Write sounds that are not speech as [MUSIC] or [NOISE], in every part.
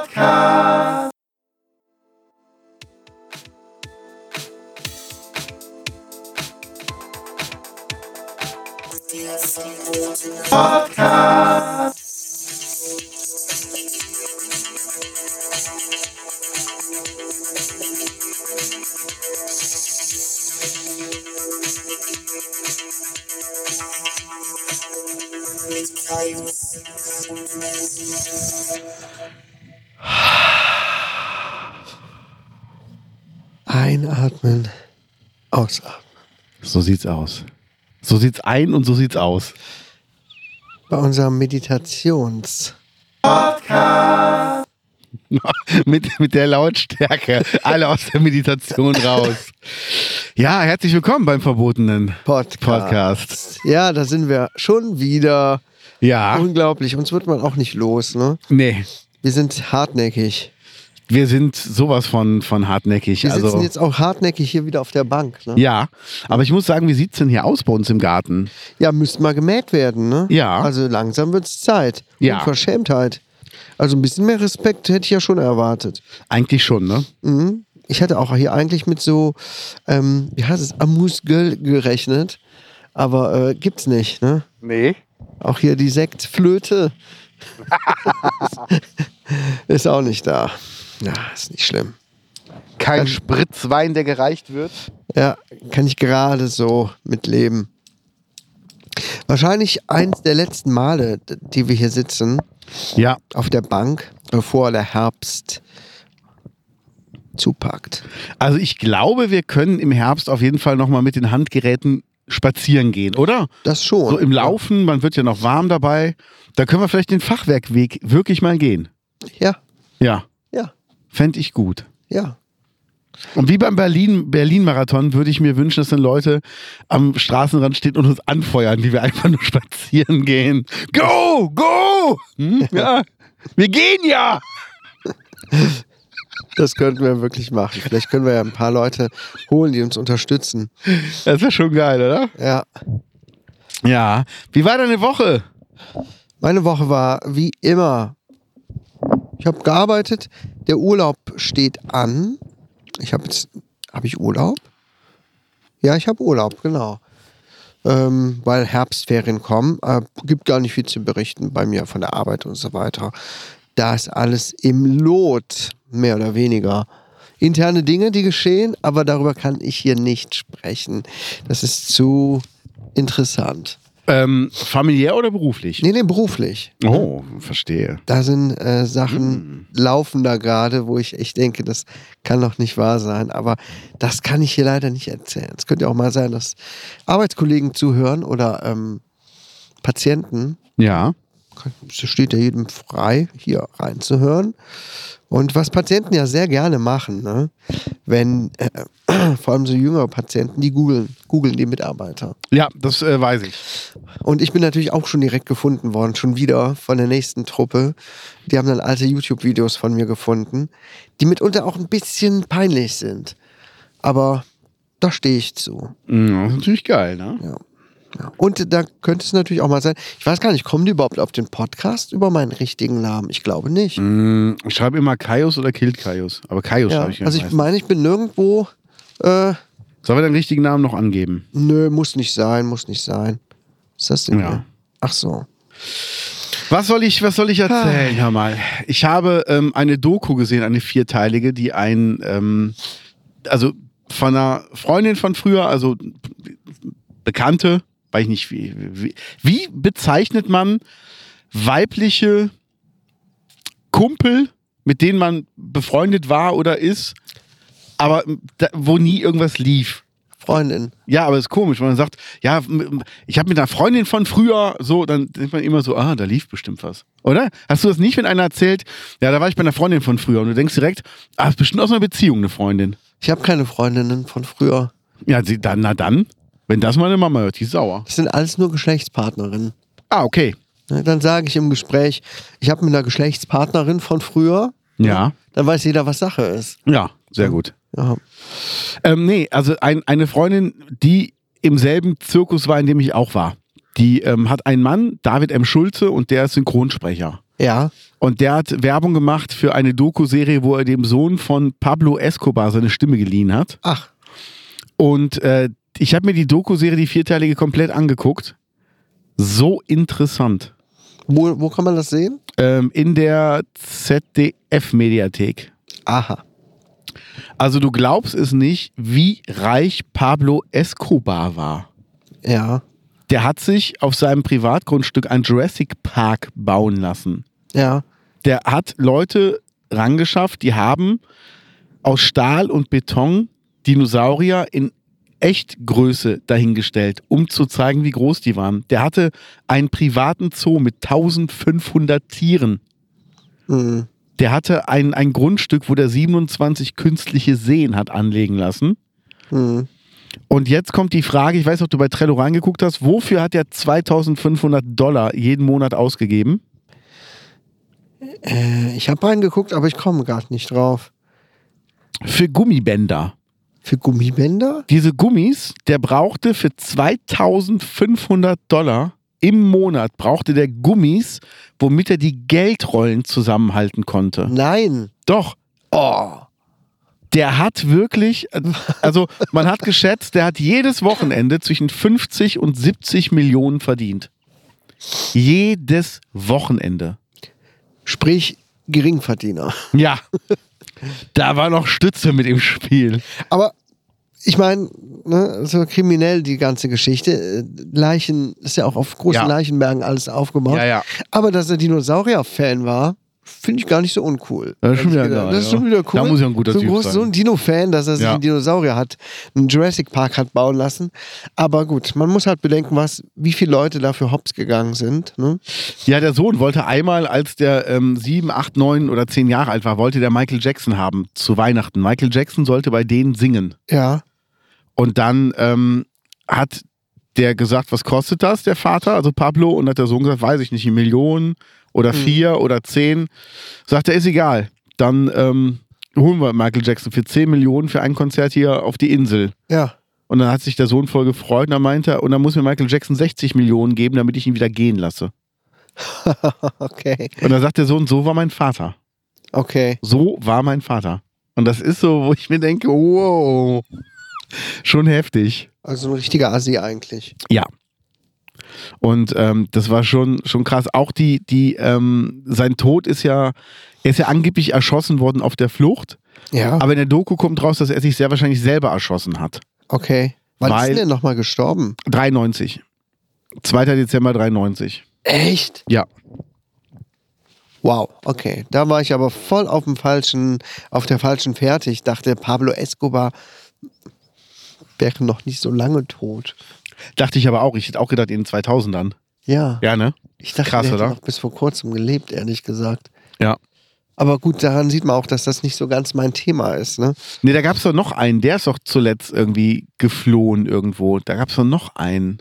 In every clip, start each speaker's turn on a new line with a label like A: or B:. A: Podcast. Podcast.
B: Einatmen, ausatmen.
C: So sieht's aus. So sieht's ein und so sieht's aus. [LAUGHS]
B: Bei unserem Meditations.
C: mit, mit der Lautstärke. Alle aus der Meditation raus. Ja, herzlich willkommen beim verbotenen
B: Podcast.
C: Podcast.
B: Ja, da sind wir schon wieder.
C: Ja,
B: Unglaublich. Uns wird man auch nicht los, ne?
C: nee,
B: Wir sind hartnäckig.
C: wir sind sowas von, von hartnäckig.
B: Wir
C: also,
B: sitzen jetzt auch hartnäckig hier wieder auf der Bank, ne?
C: ja, aber ich muss sagen, wie sieht's denn hier aus bei uns im Garten?
B: Ja, müsste mal gemäht werden, ne?
C: Ja.
B: Also langsam wird's Zeit.
C: Ja.
B: Unverschämtheit. Also ein bisschen mehr Respekt hätte ich ja schon erwartet.
C: Eigentlich schon, ne?
B: Mhm. Ich hatte auch hier eigentlich mit so, ähm, wie heißt es, Amuse-Gueule gerechnet. Aber äh, gibt's nicht, ne?
C: Nee.
B: Auch hier die Sektflöte. [LAUGHS] ist auch nicht da. Ja, ist nicht schlimm.
C: Kein Spritzwein, der gereicht wird.
B: Ja, kann ich gerade so mitleben. Wahrscheinlich eins der letzten Male, d- die wir hier sitzen,
C: Ja,
B: auf der Bank, bevor der Herbst zupackt.
C: also ich glaube, wir können im Herbst auf jeden Fall nochmal mit den Handgeräten spazieren gehen, oder?
B: Das schon.
C: So im Laufen, man wird ja noch warm dabei. Da können wir vielleicht den Fachwerkweg wirklich mal gehen.
B: Ja,
C: Ja,
B: ja,
C: fände ich gut.
B: ja.
C: Und wie beim Berlin- Berlin-Marathon würde ich mir wünschen, dass dann Leute am Straßenrand stehen und uns anfeuern, wie wir einfach nur spazieren gehen. Go, go! Hm? Ja, wir gehen ja!
B: Das könnten wir wirklich machen. Vielleicht können wir ja ein paar Leute holen, die uns unterstützen.
C: Das wäre schon geil, oder?
B: Ja.
C: Ja. Wie war deine Woche?
B: Meine Woche war wie immer. Ich habe gearbeitet, der Urlaub steht an. Ich habe jetzt, habe ich Urlaub? Ja, ich habe Urlaub, genau. Ähm, weil Herbstferien kommen, äh, gibt gar nicht viel zu berichten bei mir von der Arbeit und so weiter. Da ist alles im Lot, mehr oder weniger. Interne Dinge, die geschehen, aber darüber kann ich hier nicht sprechen. Das ist zu interessant.
C: Ähm, familiär oder beruflich?
B: Nee, nee, beruflich.
C: Oh, verstehe.
B: Da sind äh, Sachen laufen da gerade, wo ich echt denke, das kann doch nicht wahr sein. Aber das kann ich hier leider nicht erzählen. Es könnte ja auch mal sein, dass Arbeitskollegen zuhören oder ähm, Patienten.
C: Ja.
B: Es steht ja jedem frei, hier reinzuhören. Und was Patienten ja sehr gerne machen, ne? wenn äh, [CLEARS THROAT] vor allem so jüngere Patienten, die googeln, googeln die Mitarbeiter.
C: Ja, das äh, weiß ich.
B: Und ich bin natürlich auch schon direkt gefunden worden, schon wieder von der nächsten Truppe. Die haben dann alte YouTube-Videos von mir gefunden, die mitunter auch ein bisschen peinlich sind. Aber da stehe ich zu.
C: Mhm, Das ist natürlich geil, ne?
B: Ja. Ja. Und da könnte es natürlich auch mal sein, ich weiß gar nicht, kommen die überhaupt auf den Podcast über meinen richtigen Namen? Ich glaube nicht.
C: Mm, Ich schreibe immer Kaius oder Kilt Kaius. Aber Kaius
B: ja.
C: schreibe ich
B: also
C: immer.
B: ich meine, ich bin nirgendwo, äh,
C: Sollen wir den richtigen Namen noch angeben?
B: nö, muss nicht sein, muss nicht sein. Ist das denn?
C: Ja.
B: hier? Ach so.
C: Was soll ich, was soll ich erzählen? Hör mal. Ich habe ähm, eine Doku gesehen, eine vierteilige, die ein, ähm, also von einer Freundin von früher, also Bekannte, weiß ich nicht, wie, wie, wie bezeichnet man weibliche Kumpel, mit denen man befreundet war oder ist, aber ähm, da, wo nie irgendwas lief?
B: Freundin.
C: Ja, aber ist komisch, wenn man sagt, ja, m- m- ich habe mit einer Freundin von früher so, dann denkt man immer so, ah, da lief bestimmt was. Oder? Hast du das nicht, wenn einer erzählt, ja, da war ich bei einer Freundin von früher und du denkst direkt, ah, ist bestimmt aus einer Beziehung eine Freundin.
B: Ich habe keine Freundinnen von früher.
C: Ja, sie, dann, na dann, wenn das meine Mama hört, die ist sauer.
B: Das sind alles nur Geschlechtspartnerinnen.
C: Ah, okay.
B: Ne, Dann sage ich im Gespräch, ich habe mit einer Geschlechtspartnerin von früher.
C: Ja.
B: Dann weiß jeder, was Sache ist.
C: Ja, sehr gut.
B: Ja.
C: Ähm, nee, also ein, eine Freundin, die im selben Zirkus war, in dem ich auch war. Die ähm, hat einen Mann, David M. Schulze, und der ist Synchronsprecher.
B: ja.
C: Und der hat Werbung gemacht für eine Doku-Serie, wo er dem Sohn von Pablo Escobar seine Stimme geliehen hat.
B: Ach,
C: Und äh, ich habe mir die Doku-Serie, die vierteilige, komplett angeguckt. So interessant.
B: wo, wo kann man das sehen?
C: Ähm, in der ZDF-Mediathek.
B: Aha.
C: Also du glaubst es nicht, wie reich Pablo Escobar war.
B: Ja.
C: Der hat sich auf seinem Privatgrundstück einen Jurassic Park bauen lassen.
B: Ja.
C: Der hat Leute rangeschafft, die haben aus Stahl und Beton Dinosaurier in Echtgröße dahingestellt, um zu zeigen, wie groß die waren. Der hatte einen privaten Zoo mit 1500 Tieren.
B: Mhm.
C: Der hatte ein, ein Grundstück, wo der 27 künstliche Seen hat anlegen lassen.
B: Mhm.
C: Und jetzt kommt die Frage, ich weiß nicht, ob du bei Trello reingeguckt hast, wofür hat er 2500 Dollar jeden Monat ausgegeben?
B: Äh, Ich habe reingeguckt, aber ich komme gerade nicht drauf.
C: Für Gummibänder.
B: Für Gummibänder?
C: Diese Gummis, der brauchte für 2500 Dollar im Monat, brauchte der Gummis, womit er die Geldrollen zusammenhalten konnte.
B: Nein.
C: Doch,
B: Oh.
C: Der hat wirklich, also man hat geschätzt, der hat jedes Wochenende zwischen 50 und 70 Millionen verdient. Jedes Wochenende.
B: Sprich, Geringverdiener.
C: Ja. Da war noch Stütze mit im Spiel.
B: Aber ich meine, ne, so kriminell die ganze Geschichte. Äh, Leichen ist ja auch auf großen
C: Ja.
B: Leichenbergen alles aufgebaut.
C: ja.
B: Aber dass er Dinosaurier-Fan war, finde ich gar nicht so uncool.
C: Das ist schon wieder
B: Ehrlich gesagt.
C: geil,
B: Das ist schon
C: ja.
B: wieder cool.
C: Da muss ich ein guter
B: so ein
C: Typ
B: groß,
C: sein.
B: So ein Dino-Fan, dass er sich
C: Ja.
B: einen Dinosaurier hat, einen Jurassic Park hat bauen lassen. Aber gut, man muss halt bedenken, was, wie viele Leute dafür hops gegangen sind. Ne?
C: Ja, der Sohn wollte einmal, als der ähm, sieben, acht, neun oder zehn Jahre alt war, wollte der Michael Jackson haben zu Weihnachten. Michael Jackson sollte bei denen singen.
B: Ja.
C: Und dann ähm, hat der gesagt, was kostet das, der Vater, also Pablo, und hat der Sohn gesagt, weiß ich nicht, eine Million oder vier oder zehn. Sagt er, ist egal. Dann ähm, holen wir Michael Jackson für 10 Millionen für ein Konzert hier auf die Insel.
B: Ja. [LAUGHS]
C: Und dann hat sich der Sohn voll gefreut und dann meinte er, und dann muss mir Michael Jackson 60 Millionen geben, damit ich ihn wieder gehen lasse.
B: Okay.
C: Und dann sagt der Sohn, so war mein Vater.
B: Okay.
C: So war mein Vater. Und das ist so, wo ich mir denke, wow, schon heftig.
B: Also ein richtiger Assi eigentlich.
C: Und ähm, das war schon, schon krass. Auch die, die, ähm, sein Tod ist ja, er ist ja angeblich erschossen worden auf der Flucht.
B: Ja.
C: Aber in der Doku kommt raus, dass er sich sehr wahrscheinlich selber erschossen hat.
B: Okay. Wann
C: Weil-
B: ist denn nochmal gestorben?
C: 93. 2. Dezember 93.
B: Echt?
C: Ja.
B: Wow, okay. Da war ich aber voll auf dem falschen, auf der falschen Fährte. Ich dachte, Pablo Escobar wäre noch nicht so lange tot.
C: Dachte ich aber auch. Ich hätte auch gedacht, in den 2000ern.
B: Ja.
C: Ja, ne?
B: ich dachte,
C: krass,
B: der hätte
C: oder?
B: noch bis vor kurzem gelebt, ehrlich gesagt.
C: Ja.
B: Aber gut, daran sieht man auch, dass das nicht so ganz mein Thema ist, ne?
C: Nee, da gab es doch noch einen. Der ist doch zuletzt irgendwie geflohen irgendwo. Da gab es doch noch einen.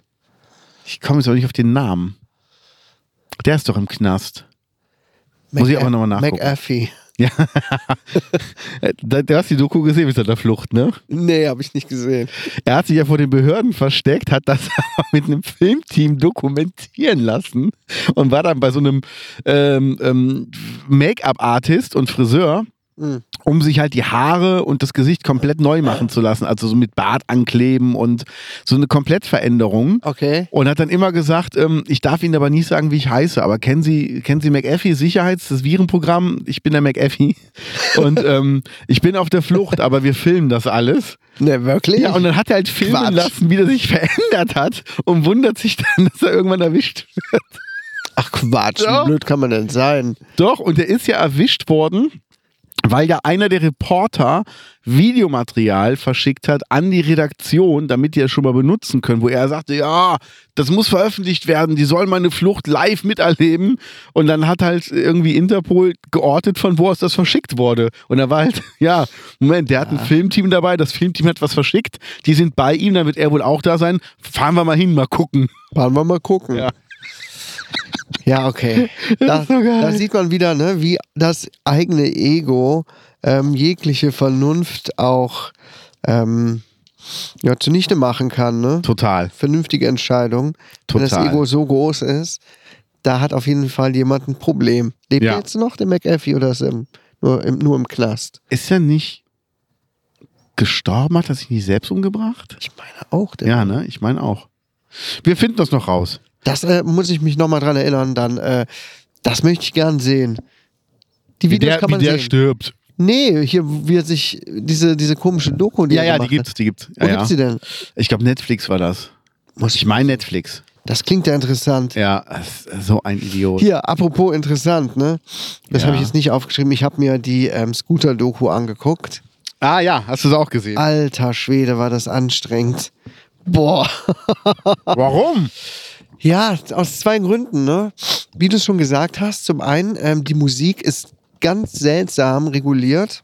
C: Ich komme jetzt auch nicht auf den Namen. Der ist doch im Knast. Muss ich
B: Mc-
C: aber noch mal nachgucken.
B: McAfee. [LAUGHS]
C: Äh, da- Du hast die Doku gesehen mit seiner Flucht, ne?
B: Nee, habe ich nicht gesehen.
C: Er hat sich ja vor den Behörden versteckt, hat das [LAUGHS] aber mit einem Filmteam dokumentieren lassen und war dann bei so einem ähm, ähm, Make-up-Artist und Friseur,
B: Hm.
C: um sich halt die Haare und das Gesicht komplett neu machen zu lassen. Also so mit Bart ankleben und so eine Komplettveränderung.
B: Okay.
C: Und hat dann immer gesagt, ähm, ich darf Ihnen aber nicht sagen, wie ich heiße, aber kennen Sie, kennen Sie McAfee, Sicherheits-, das Virenprogramm? Ich bin der McAfee und ähm, ich bin auf der Flucht, aber wir filmen das alles.
B: Ne, wirklich?
C: Ja, und dann hat er halt filmen
B: Quatsch.
C: lassen, wie er sich verändert hat und wundert sich dann, dass er irgendwann erwischt wird.
B: Ach Quatsch,
C: Ja.
B: wie blöd kann man denn sein?
C: Doch, und er ist ja erwischt worden, weil ja einer der Reporter Videomaterial verschickt hat an die Redaktion, damit die ja schon mal benutzen können, wo er sagte, ja, das muss veröffentlicht werden, die sollen meine Flucht live miterleben. Und dann hat halt irgendwie Interpol geortet, von wo aus das verschickt wurde. Und da war halt, [LAUGHS] ja, Moment, der hat ein Filmteam dabei, das Filmteam hat was verschickt, die sind bei ihm, dann wird er wohl auch da sein. Fahren wir mal hin, mal gucken.
B: Wollen wir mal gucken.
C: Ja.
B: Ja,
C: [LAUGHS]
B: okay. Da,
C: ist so geil.
B: da sieht man wieder, ne, wie das eigene Ego ähm, jegliche Vernunft auch ähm, ja, zunichte machen kann. Ne?
C: Total.
B: Vernünftige Entscheidung. Wenn das
C: Total.
B: Ego so groß ist, da hat auf jeden Fall jemand ein Problem. Lebt
C: Ja.
B: er jetzt noch, der McAfee, oder ist er im, nur, im, nur im Knast?
C: Ist er nicht gestorben? Hat er sich nicht selbst umgebracht?
B: Ich meine auch. Der
C: Ja, ne? Ich meine auch. Wir finden das noch raus.
B: Das äh, muss ich mich nochmal dran erinnern, dann. Äh, das möchte ich gern sehen. Die
C: Wie
B: Videos
C: der,
B: kann
C: wie
B: man
C: der
B: sehen.
C: stirbt.
B: Nee, hier, wie er sich diese, diese komische Doku, die
C: Ja,
B: er
C: ja, die
B: gemacht
C: gibt's,
B: hat.
C: die gibt's.
B: Wo
C: Ja,
B: gibt's
C: ja.
B: die denn?
C: Ich glaube, Netflix war das.
B: Muss
C: Ich meine Netflix.
B: Das klingt ja interessant.
C: Ja, das ist so ein Idiot.
B: Hier, apropos interessant, ne? Das
C: Ja.
B: habe ich jetzt nicht aufgeschrieben. Ich habe mir die ähm, Scooter-Doku angeguckt.
C: Ah ja, hast du es auch gesehen.
B: Alter Schwede, war das anstrengend. Boah.
C: Warum?
B: Ja, aus zwei Gründen, ne? Wie du es schon gesagt hast, zum einen, ähm, die Musik ist ganz seltsam reguliert.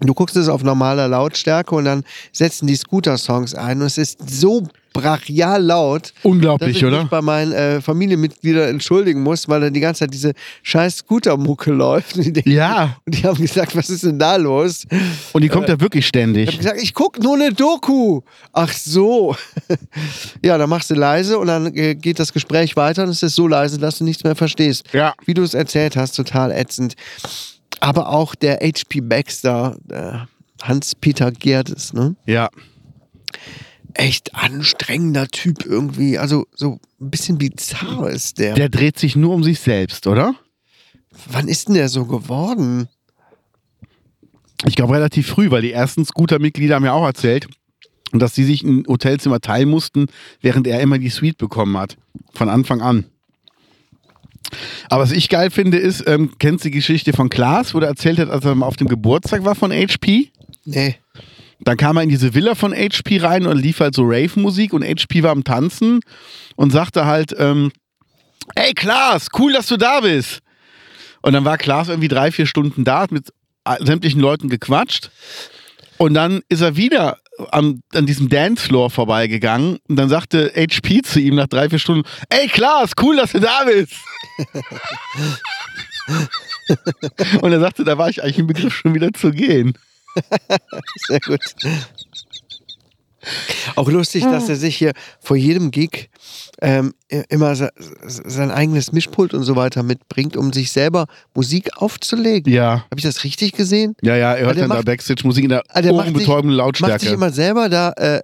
B: Du guckst es auf normaler Lautstärke und dann setzen die Scooter-Songs ein und es ist so brachial laut, dass
C: Unglaublich,
B: ich mich
C: oder?
B: bei meinen äh, Familienmitgliedern entschuldigen muss, weil da die ganze Zeit diese scheiß Scooter-Mucke [LAUGHS] läuft. Und die, denken-
C: Ja,
B: und die haben gesagt, was ist denn da los?
C: und die kommt ja wirklich
B: Ich habe
C: ständig.
B: gesagt, ich guck nur eine Doku. Ach so. [LAUGHS] ja, dann machst du leise und dann äh, geht das Gespräch weiter und es ist so leise, dass du nichts mehr verstehst.
C: Ja.
B: Wie du es erzählt hast, total ätzend. Aber auch der HP Baxter, äh, Hans-Peter Gerdes, ne?
C: Ja.
B: Echt anstrengender Typ irgendwie. Also so ein bisschen bizarr ist der.
C: Der dreht sich nur um sich selbst, oder?
B: Wann ist denn der so geworden?
C: Ich glaube relativ früh, weil die ersten Scooter-Mitglieder haben ja auch erzählt, dass sie sich ein Hotelzimmer teilen mussten, während er immer die Suite bekommen hat. Von Anfang an. Aber was ich geil finde, ist, ähm, kennst du die Geschichte von Klaas, wo der erzählt hat, als er mal auf dem Geburtstag war von HP?
B: Nee.
C: Dann kam er in diese Villa von HP rein und lief halt so Rave-Musik und HP war am Tanzen und sagte halt, ähm, hey Klaas, cool, dass du da bist. Und dann war Klaas irgendwie drei, vier Stunden da, hat mit sämtlichen Leuten gequatscht. Und dann ist er wieder am, an diesem Dancefloor vorbeigegangen und dann sagte HP zu ihm nach drei, vier Stunden, ey Klaas, cool, dass du da bist. und er sagte, da war ich eigentlich im Begriff schon wieder zu gehen.
B: [LAUGHS] Sehr gut. Auch lustig, dass er sich hier vor jedem Gig ähm, i- immer se- se- sein eigenes Mischpult und so weiter mitbringt, um sich selber Musik aufzulegen.
C: Ja.
B: Habe ich das richtig gesehen?
C: Ja, ja, er
B: Ah,
C: hört
B: der
C: dann da
B: macht-
C: Backstage-Musik in der
B: Ah, der macht sich-
C: ohrenbetäubenden
B: Macht sich
C: Lautstärke.
B: immer selber da äh,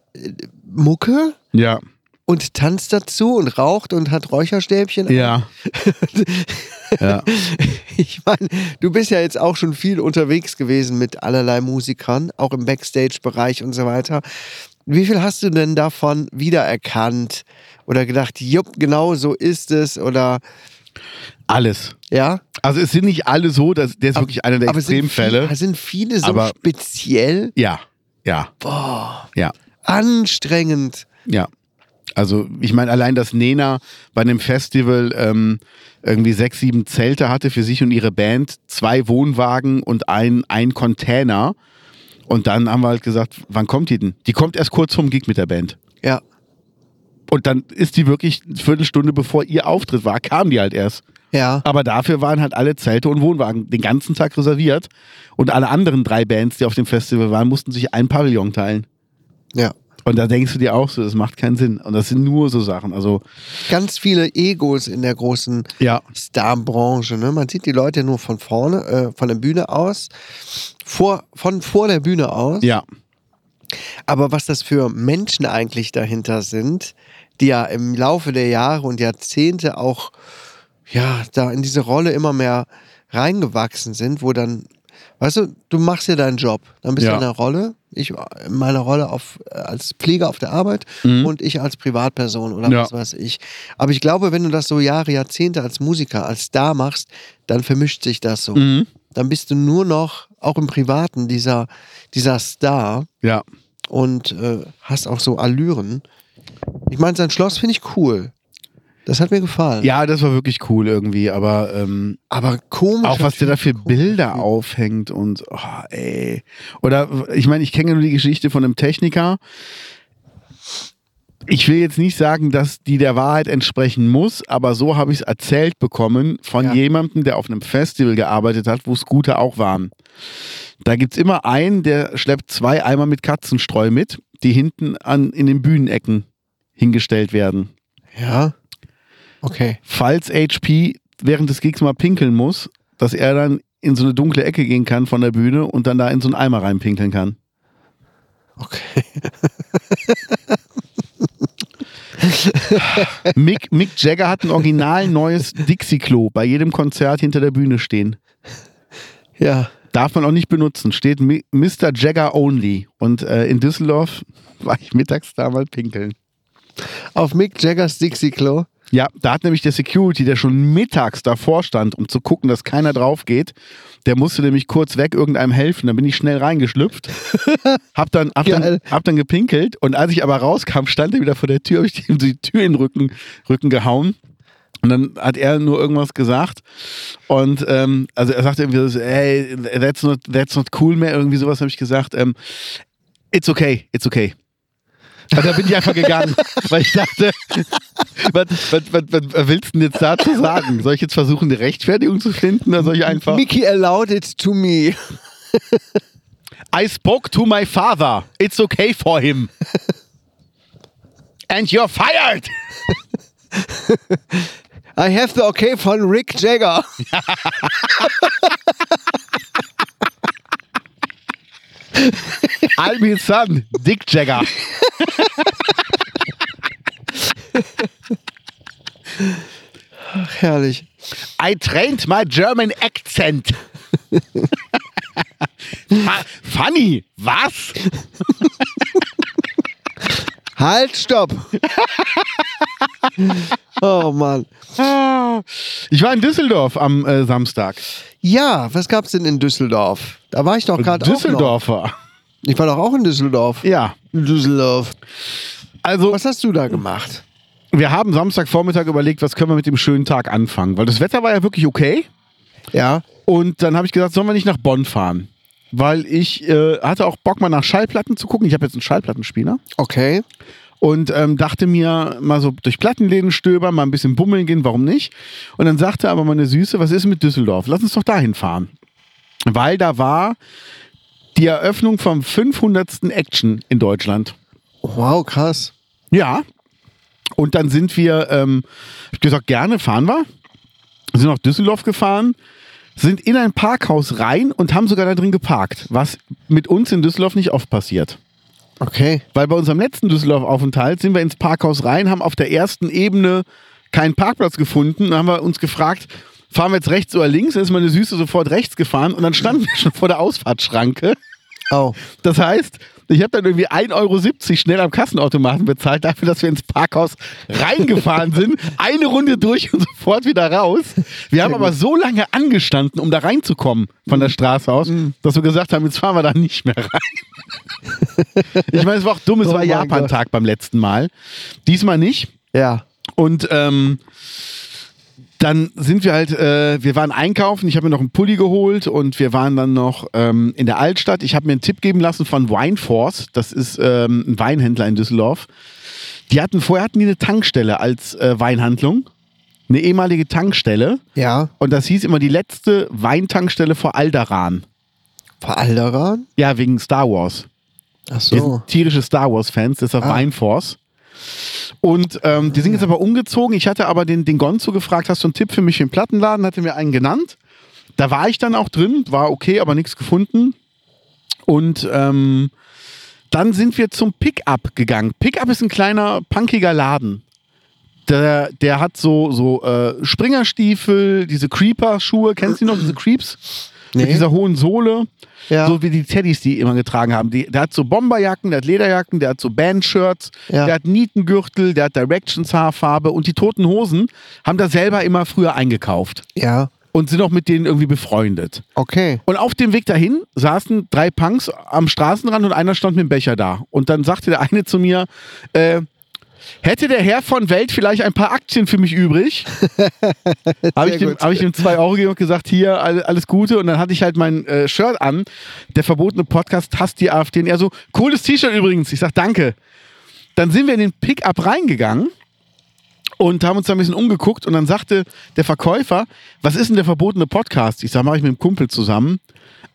B: Mucke
C: Ja,
B: und tanzt dazu und raucht und hat Räucherstäbchen. [LAUGHS]
C: ja. ja.
B: Ich meine, du bist ja jetzt auch schon viel unterwegs gewesen mit allerlei Musikern, auch im Backstage-Bereich und so weiter. Wie viel hast du denn davon wiedererkannt oder gedacht, jupp, genau so ist es oder
C: Alles.
B: ja?
C: Also es sind nicht alle so, dass, der ist wirklich einer der Extremfälle.
B: Sind, viel- sind viele so
C: Aber-
B: speziell?
C: ja, ja,
B: Boah,
C: ja,
B: anstrengend.
C: ja. Also ich meine, allein, dass Nena bei einem Festival ähm, irgendwie sechs, sieben Zelte hatte für sich und ihre Band, zwei Wohnwagen und ein, ein Container. Und dann haben wir halt gesagt, wann kommt die denn? Die kommt erst kurz vorm Gig mit der Band.
B: Ja,
C: Und dann ist die wirklich eine Viertelstunde bevor ihr Auftritt war, kam die halt erst.
B: ja.
C: Aber dafür waren halt alle Zelte und Wohnwagen den ganzen Tag reserviert. Und alle anderen drei Bands, die auf dem Festival waren, mussten sich ein Pavillon teilen.
B: Ja.
C: Und da denkst du dir auch so, das macht keinen Sinn. Und das sind nur so Sachen. Also,
B: Ganz viele Egos in der großen
C: ja.
B: Starbranche. Ne? Man sieht die Leute nur von vorne, äh, von der Bühne aus, vor, von vor der Bühne aus.
C: Ja.
B: Aber was das für Menschen eigentlich dahinter sind, die ja im Laufe der Jahre und Jahrzehnte auch ja da in diese Rolle immer mehr reingewachsen sind, wo dann, weißt du, du machst ja deinen Job, dann bist
C: Ja.
B: du in der Rolle, ich in meiner Rolle auf, als Pfleger auf der Arbeit
C: Mhm.
B: und ich als Privatperson oder
C: Ja.
B: was weiß ich. Aber ich glaube, wenn du das so Jahre, Jahrzehnte als Musiker, als Star machst, dann vermischt sich das so.
C: Mhm.
B: Dann bist du nur noch, auch im Privaten, dieser, dieser Star
C: Ja.
B: und äh, hast auch so Allüren. Ich meine, sein Schloss finde ich cool. Das hat mir gefallen.
C: Ja, das war wirklich cool irgendwie. Aber ähm,
B: Aber komisch.
C: auch was der da für Bilder aufhängt und, oh, ey. Oder, ich meine, ich kenne ja nur die Geschichte von einem Techniker. Ich will jetzt nicht sagen, dass die der Wahrheit entsprechen muss, aber so habe ich es erzählt bekommen von
B: Ja.
C: jemandem, der auf einem Festival gearbeitet hat, wo Scooter auch waren. Da gibt es immer einen, der schleppt zwei Eimer mit Katzenstreu mit, die hinten an, in den Bühnenecken hingestellt werden.
B: Ja. Okay.
C: falls HP während des Gigs mal pinkeln muss, dass er dann in so eine dunkle Ecke gehen kann von der Bühne und dann da in so einen Eimer reinpinkeln kann.
B: Okay. [LAUGHS]
C: Mick, Mick Jagger hat ein original neues Dixie-Klo bei jedem Konzert hinter der Bühne stehen.
B: Ja.
C: Darf man auch nicht benutzen. Steht Mi- Mr. Jagger Only. Und äh, in Düsseldorf war ich mittags da mal pinkeln.
B: Auf Mick Jaggers Dixie Klo.
C: Ja, da hat nämlich der Security, der schon mittags davor stand, um zu gucken, dass keiner drauf geht, der musste nämlich kurz weg irgendeinem helfen. Dann bin ich schnell reingeschlüpft, hab dann, hab dann,
B: Geil.
C: hab dann gepinkelt und als ich aber rauskam, stand er wieder vor der Tür, hab ich ihm die Tür in den Rücken, Rücken gehauen. Und dann hat er nur irgendwas gesagt. Und ähm, also er sagte irgendwie so, hey, that's not, that's not cool mehr. Irgendwie sowas habe ich gesagt. Ähm, it's okay, it's okay. Und da bin ich einfach gegangen, weil ich dachte, was, was, was, was willst du denn jetzt dazu sagen? Soll ich jetzt versuchen, eine Rechtfertigung zu finden oder soll ich einfach.
B: Mickey allowed it to me.
C: I spoke to my father. It's okay for him. And you're fired!
B: I have the okay von Rick
C: [LAUGHS]
B: Jagger.
C: I'm his son, Dick Jagger.
B: Herrlich.
C: I trained my German accent. Fa- Funny, was?
B: Halt, stopp.
C: [LAUGHS]
B: oh Mann.
C: Ich war in Düsseldorf am äh, Samstag.
B: Ja, was gab's denn in Düsseldorf? Da war ich doch gerade auch noch.
C: Düsseldorfer.
B: Ich war doch auch in Düsseldorf.
C: Ja.
B: In Düsseldorf.
C: Also,
B: Was hast du da gemacht?
C: wir haben Samstagvormittag überlegt, was können wir mit dem schönen Tag anfangen, weil das Wetter war ja wirklich okay.
B: Ja.
C: Und dann habe ich gesagt, sollen wir nicht nach Bonn fahren? Weil ich äh, hatte auch Bock, mal nach Schallplatten zu gucken. Ich habe jetzt einen Schallplattenspieler.
B: Okay.
C: Und ähm, dachte mir, mal so durch Plattenläden stöbern, mal ein bisschen bummeln gehen, warum nicht? Und dann sagte aber meine Süße, was ist mit Düsseldorf? Lass uns doch dahin fahren. Weil da war die Eröffnung vom 500. Action in Deutschland.
B: Wow, krass.
C: Ja. Und dann sind wir, ähm, hab ich gesagt, gerne fahren wir. Sind nach Düsseldorf gefahren, sind in ein Parkhaus rein und haben sogar da drin geparkt, was mit uns in Düsseldorf nicht oft passiert.
B: Okay.
C: Weil bei unserem letzten Düsseldorf-Aufenthalt sind wir ins Parkhaus rein, haben auf der ersten Ebene keinen Parkplatz gefunden. Dann haben wir uns gefragt, fahren wir jetzt rechts oder links? Dann ist meine Süße sofort rechts gefahren und dann standen wir schon vor der Ausfahrtschranke.
B: Oh.
C: Das heißt, ich habe dann irgendwie 1,70 Euro schnell am Kassenautomaten bezahlt, dafür, dass wir ins Parkhaus reingefahren sind. Eine Runde durch und sofort wieder raus. Wir haben aber so lange angestanden, um da reinzukommen von
B: Mhm.
C: der Straße aus, dass wir gesagt haben, jetzt fahren wir da nicht mehr rein.
B: [LAUGHS]
C: ich meine, es war auch dumm, es
B: Oh
C: war
B: mein
C: Japan-Tag beim letzten Mal. Diesmal nicht.
B: Ja.
C: Und ähm, dann sind wir halt, äh, wir waren einkaufen, ich habe mir noch einen Pulli geholt und wir waren dann noch ähm, in der Altstadt. Ich habe mir einen Tipp geben lassen von Wineforce, das ist ähm, ein Weinhändler in Düsseldorf. Die hatten vorher hatten die eine Tankstelle als äh, Weinhandlung, eine ehemalige Tankstelle.
B: Ja.
C: Und das hieß immer die letzte Weintankstelle vor Alderan.
B: Veralderan?
C: Ja, wegen Star Wars.
B: Ach
C: Wir
B: so.
C: sind tierische Star Wars-Fans, deshalb
B: Ah.
C: Wineforce. Und ähm, die sind jetzt aber umgezogen. Ich hatte aber den, den Gonzo gefragt, hast du einen Tipp für mich für den Plattenladen? Hatte mir einen genannt. Da war ich dann auch drin, war okay, aber nichts gefunden. Und ähm, dann sind wir zum Pickup gegangen. Pickup ist ein kleiner, punkiger Laden. Der, der hat so, so äh, Springerstiefel, diese Creeper-Schuhe. Kennst du die noch, diese Creeps? Mit dieser hohen Sohle.
B: ja.
C: So wie die Teddys, die immer getragen haben. Die, der hat so Bomberjacken, der hat Lederjacken, der hat so Bandshirts,
B: Ja.
C: der hat Nietengürtel, der hat Directions-Haarfarbe und die toten Hosen haben da selber immer früher eingekauft
B: ja.
C: und sind auch mit denen irgendwie befreundet.
B: Okay.
C: Und auf dem Weg dahin saßen drei Punks am Straßenrand und einer stand mit dem Becher da. Und dann sagte der eine zu mir, äh, hätte der Herr von Welt vielleicht ein paar Aktien für
B: [LAUGHS]
C: mich übrig? Habe ich,
B: Sehr
C: dem-
B: gut.
C: hab ich ihm zwei Euro gegeben und gesagt, hier, all- alles Gute. Und dann hatte ich halt mein äh, Shirt an. Der verbotene Podcast hasst die AfD. Und er so, cooles T-Shirt übrigens. Ich sag, danke. Dann sind wir in den Pickup reingegangen und haben uns da ein bisschen umgeguckt und dann sagte der Verkäufer, was ist denn der verbotene Podcast? Ich sag, mache ich mit dem Kumpel zusammen.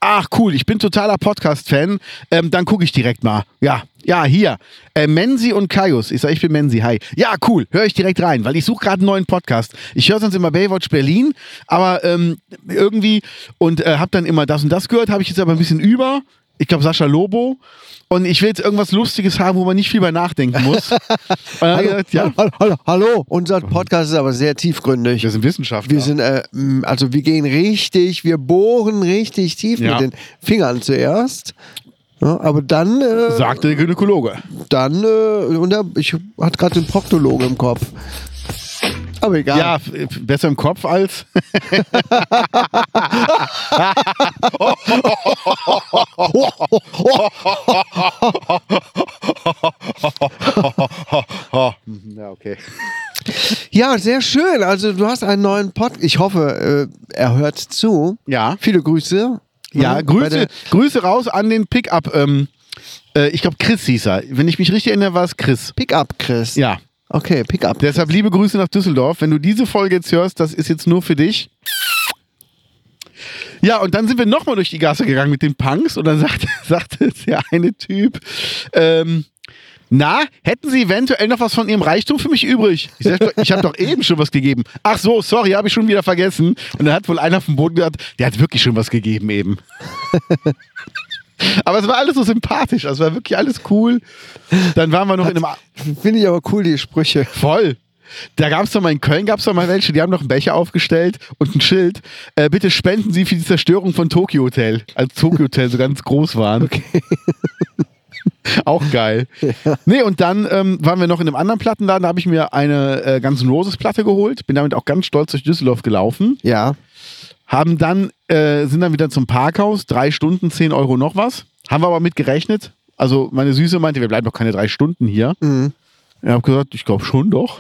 C: Ach cool, ich bin totaler Podcast-Fan. Ähm, dann gucke ich direkt mal. Ja, ja, hier. Äh, Menzi und Kaius. Ich sag, ich bin Menzi. Hi. Ja, cool. Höre ich direkt rein, weil ich suche gerade einen neuen Podcast. Ich höre sonst immer Baywatch Berlin, aber ähm, irgendwie und äh, habe dann immer das und das gehört, habe ich jetzt aber ein bisschen über. Ich glaube, Sascha Lobo. Und ich will jetzt irgendwas Lustiges haben, wo man nicht viel bei nachdenken muss. Und dann hab ich gesagt, ja,
B: Hallo, hallo, hallo, unser Podcast ist aber sehr tiefgründig.
C: wir sind Wissenschaftler.
B: Wir sind, äh, m, also wir gehen richtig, wir bohren richtig tief
C: Ja.
B: mit den Fingern zuerst. Ja, aber dann, äh,
C: Sagte der Gynäkologe.
B: dann, äh, und da, ich hatte gerade den Proktologen im Kopf. Aber egal.
C: Ja, f- f- besser im Kopf als. [LAUGHS] ja, okay.
B: Ja, sehr schön. Also du hast einen neuen Podcast. Ich hoffe, äh, er hört zu.
C: Ja.
B: Viele Grüße. Ne?
C: Ja,
B: Mhm, Bei
C: Grüße,
B: der-
C: Grüße raus an den Pickup. Ähm, äh, ich glaube, Chris hieß er. Wenn ich mich richtig erinnere, war es Chris.
B: Pickup, Chris.
C: Ja.
B: Okay, Pickup.
C: Deshalb liebe Grüße nach Düsseldorf. Wenn du diese Folge jetzt hörst, das ist jetzt nur für dich. Ja, und dann sind wir nochmal durch die Gasse gegangen mit den Punks und dann [LAUGHS] sagte, sagte der eine Typ, ähm, na, hätten Sie eventuell noch was von Ihrem Reichtum für mich übrig? Ich, sag, ich habe doch eben schon was gegeben. Ach so, sorry, habe ich schon wieder vergessen. Und dann hat wohl einer vom Boden gesagt, der hat wirklich schon was gegeben eben. [LAUGHS] Aber es war alles so sympathisch, also war wirklich alles cool. Dann waren wir noch in einem
B: Finde ich aber cool, die Sprüche.
C: Voll. Da gab es doch mal in Köln, gab es doch mal welche, die haben noch einen Becher aufgestellt und ein Schild. Äh, bitte spenden Sie für die Zerstörung von Tokyo Hotel. Als Tokyo Hotel so ganz groß waren. [LAUGHS] Auch geil. Nee, und dann ähm, waren wir noch in einem anderen Plattenladen, da habe ich mir eine äh, ganzen Roses-Platte geholt, bin damit auch ganz stolz durch Düsseldorf gelaufen.
B: Ja.
C: Haben dann, äh, sind dann wieder zum Parkhaus, drei Stunden, 10 Euro noch was. Haben wir aber mit gerechnet. Also meine Süße meinte, wir bleiben doch keine drei Stunden hier.
B: Mhm.
C: Ich habe gesagt, ich glaube schon doch.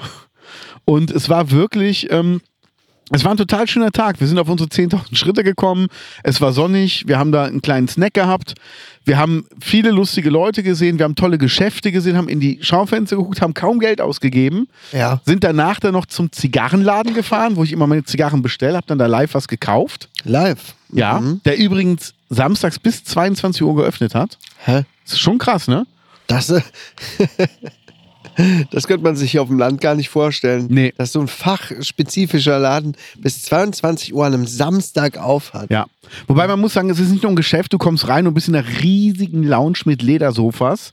C: Und es war wirklich, ähm, es war ein total schöner Tag. Wir sind auf unsere 10.000 Schritte gekommen. Es war sonnig. Wir haben da einen kleinen Snack gehabt. Wir haben viele lustige Leute gesehen. Wir haben tolle Geschäfte gesehen, haben in die Schaufenster geguckt, haben kaum Geld ausgegeben.
B: Ja.
C: Sind danach dann noch zum Zigarrenladen gefahren, wo ich immer meine Zigarren bestelle, habe dann da live was gekauft.
B: Live.
C: Ja.
B: Mhm.
C: Der übrigens samstags bis 22 Uhr geöffnet hat.
B: Hä?
C: Das ist schon krass, ne?
B: Das, [LAUGHS] äh, das könnte man sich hier auf dem Land gar nicht vorstellen.
C: Nee.
B: Dass so ein fachspezifischer Laden bis 22 Uhr an einem Samstag auf hat.
C: Ja. Wobei man muss sagen, es ist nicht nur ein Geschäft, du kommst rein und bist in einer riesigen Lounge mit Ledersofas.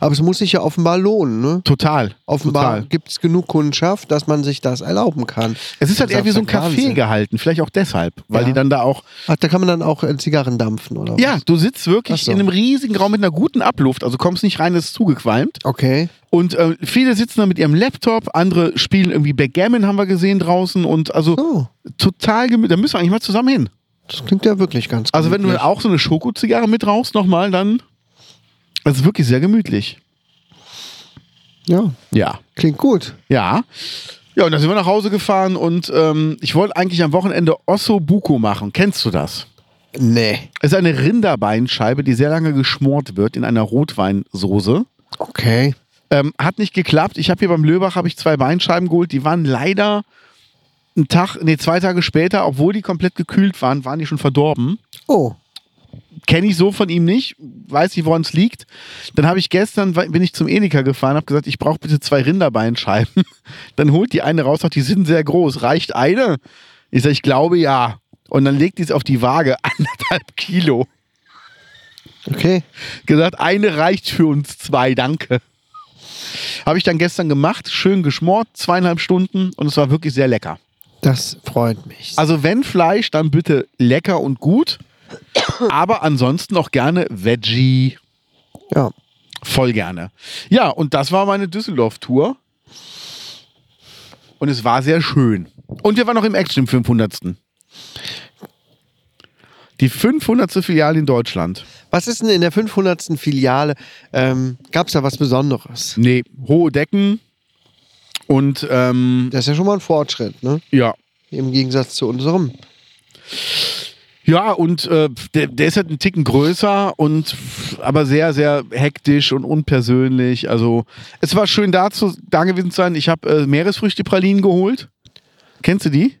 B: Aber es muss sich ja offenbar lohnen. Ne?
C: Total.
B: Offenbar
C: Total.
B: gibt es genug Kundschaft, dass man sich das erlauben kann.
C: Es ist halt eher wie so ein Café
B: Wahnsinn.
C: gehalten, vielleicht auch deshalb, weil
B: Ja.
C: die dann da auch.
B: Ach, da kann man dann auch äh, Zigarren dampfen, oder? was?
C: Ja, du sitzt wirklich
B: Ach so.
C: in einem riesigen Raum mit einer guten Abluft, also kommst nicht rein, es ist zugequalmt.
B: Okay.
C: Und äh, viele sitzen da mit ihrem Laptop, andere spielen irgendwie Backgammon, haben wir gesehen draußen und also
B: Oh,
C: total gemütlich. Da müssen wir eigentlich mal zusammen hin.
B: das klingt ja wirklich ganz
C: Also wenn du dann
B: gemütlich.
C: auch so eine Schokozigarre mit rauchst nochmal, dann. Das ist wirklich sehr gemütlich.
B: Ja,
C: Ja.
B: klingt gut.
C: Ja. Ja, und dann sind wir nach Hause gefahren und ähm, ich wollte eigentlich am Wochenende Osso Buco machen. Kennst du das?
B: Nee.
C: Es ist eine Rinderbeinscheibe, die sehr lange geschmort wird in einer Rotweinsoße.
B: Okay.
C: Ähm, hat nicht geklappt. Ich habe hier beim Löbach habe ich zwei Beinscheiben geholt. Die waren leider einen Tag, nee, zwei Tage später, obwohl die komplett gekühlt waren, waren die schon verdorben.
B: Oh,
C: Kenne ich so von ihm nicht, weiß nicht, woran es liegt. Dann habe ich gestern, we- bin ich zum Edeka gefahren, habe gesagt, ich brauche bitte zwei Rinderbeinscheiben. [LAUGHS] Dann holt die eine raus, sagt, die sind sehr groß. Reicht eine? Ich sage, ich glaube ja. Und dann legt die es auf die Waage, [LAUGHS] anderthalb Kilo.
B: okay.
C: Gesagt, eine reicht für uns zwei, danke. Habe ich dann gestern gemacht, schön geschmort, zweieinhalb Stunden und es war wirklich sehr lecker.
B: Das freut mich.
C: Also wenn Fleisch, dann bitte lecker und gut, aber ansonsten auch gerne Veggie.
B: Ja.
C: Voll gerne. Ja, und das war meine Düsseldorf-Tour. Und es war sehr schön. Und wir waren noch im Action im 500. Die 500. Filiale in Deutschland.
B: Was ist denn in der 500. Filiale? Ähm, Gab es da was Besonderes?
C: Nee, hohe Decken. Und ähm,
B: Das ist ja schon mal ein Fortschritt, ne?
C: ja.
B: Im Gegensatz zu unserem.
C: Ja, und äh, der, der ist halt einen Ticken größer und aber sehr, sehr hektisch und unpersönlich. Also es war schön da, zu, da gewesen zu sein. Ich habe äh, Meeresfrüchte-Pralinen geholt. Kennst du die?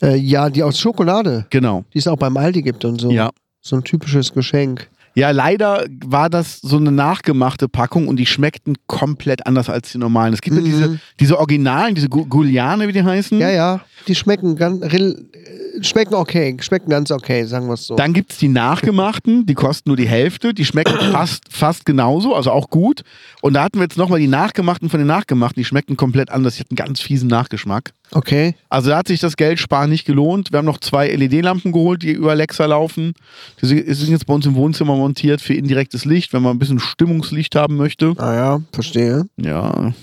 B: Äh, ja, die aus Schokolade,
C: Genau.
B: die es auch beim Aldi gibt und so.
C: Ja.
B: So ein typisches Geschenk.
C: Ja, leider war das so eine nachgemachte Packung und die schmeckten komplett anders als die normalen. Es gibt ja
B: Mhm.
C: diese, diese Originalen, diese Gu- Guliane, wie die heißen.
B: Ja, ja, die schmecken ganz, rel- äh, schmecken okay, schmecken ganz okay, sagen wir es so.
C: Dann gibt es die nachgemachten, die kosten nur die Hälfte,
B: [CLEARS THROAT]
C: die schmecken fast, fast genauso, also auch gut. Und da hatten wir jetzt nochmal die nachgemachten von den nachgemachten, die schmeckten komplett anders, die hatten einen ganz fiesen Nachgeschmack.
B: Okay.
C: Also da hat sich das Geld sparen nicht gelohnt. Wir haben noch zwei LED-Lampen geholt, die über Alexa laufen. Die sind die sind jetzt bei uns im Wohnzimmer montiert für indirektes Licht, wenn man ein bisschen Stimmungslicht haben möchte.
B: Ah ja, verstehe.
C: Ja,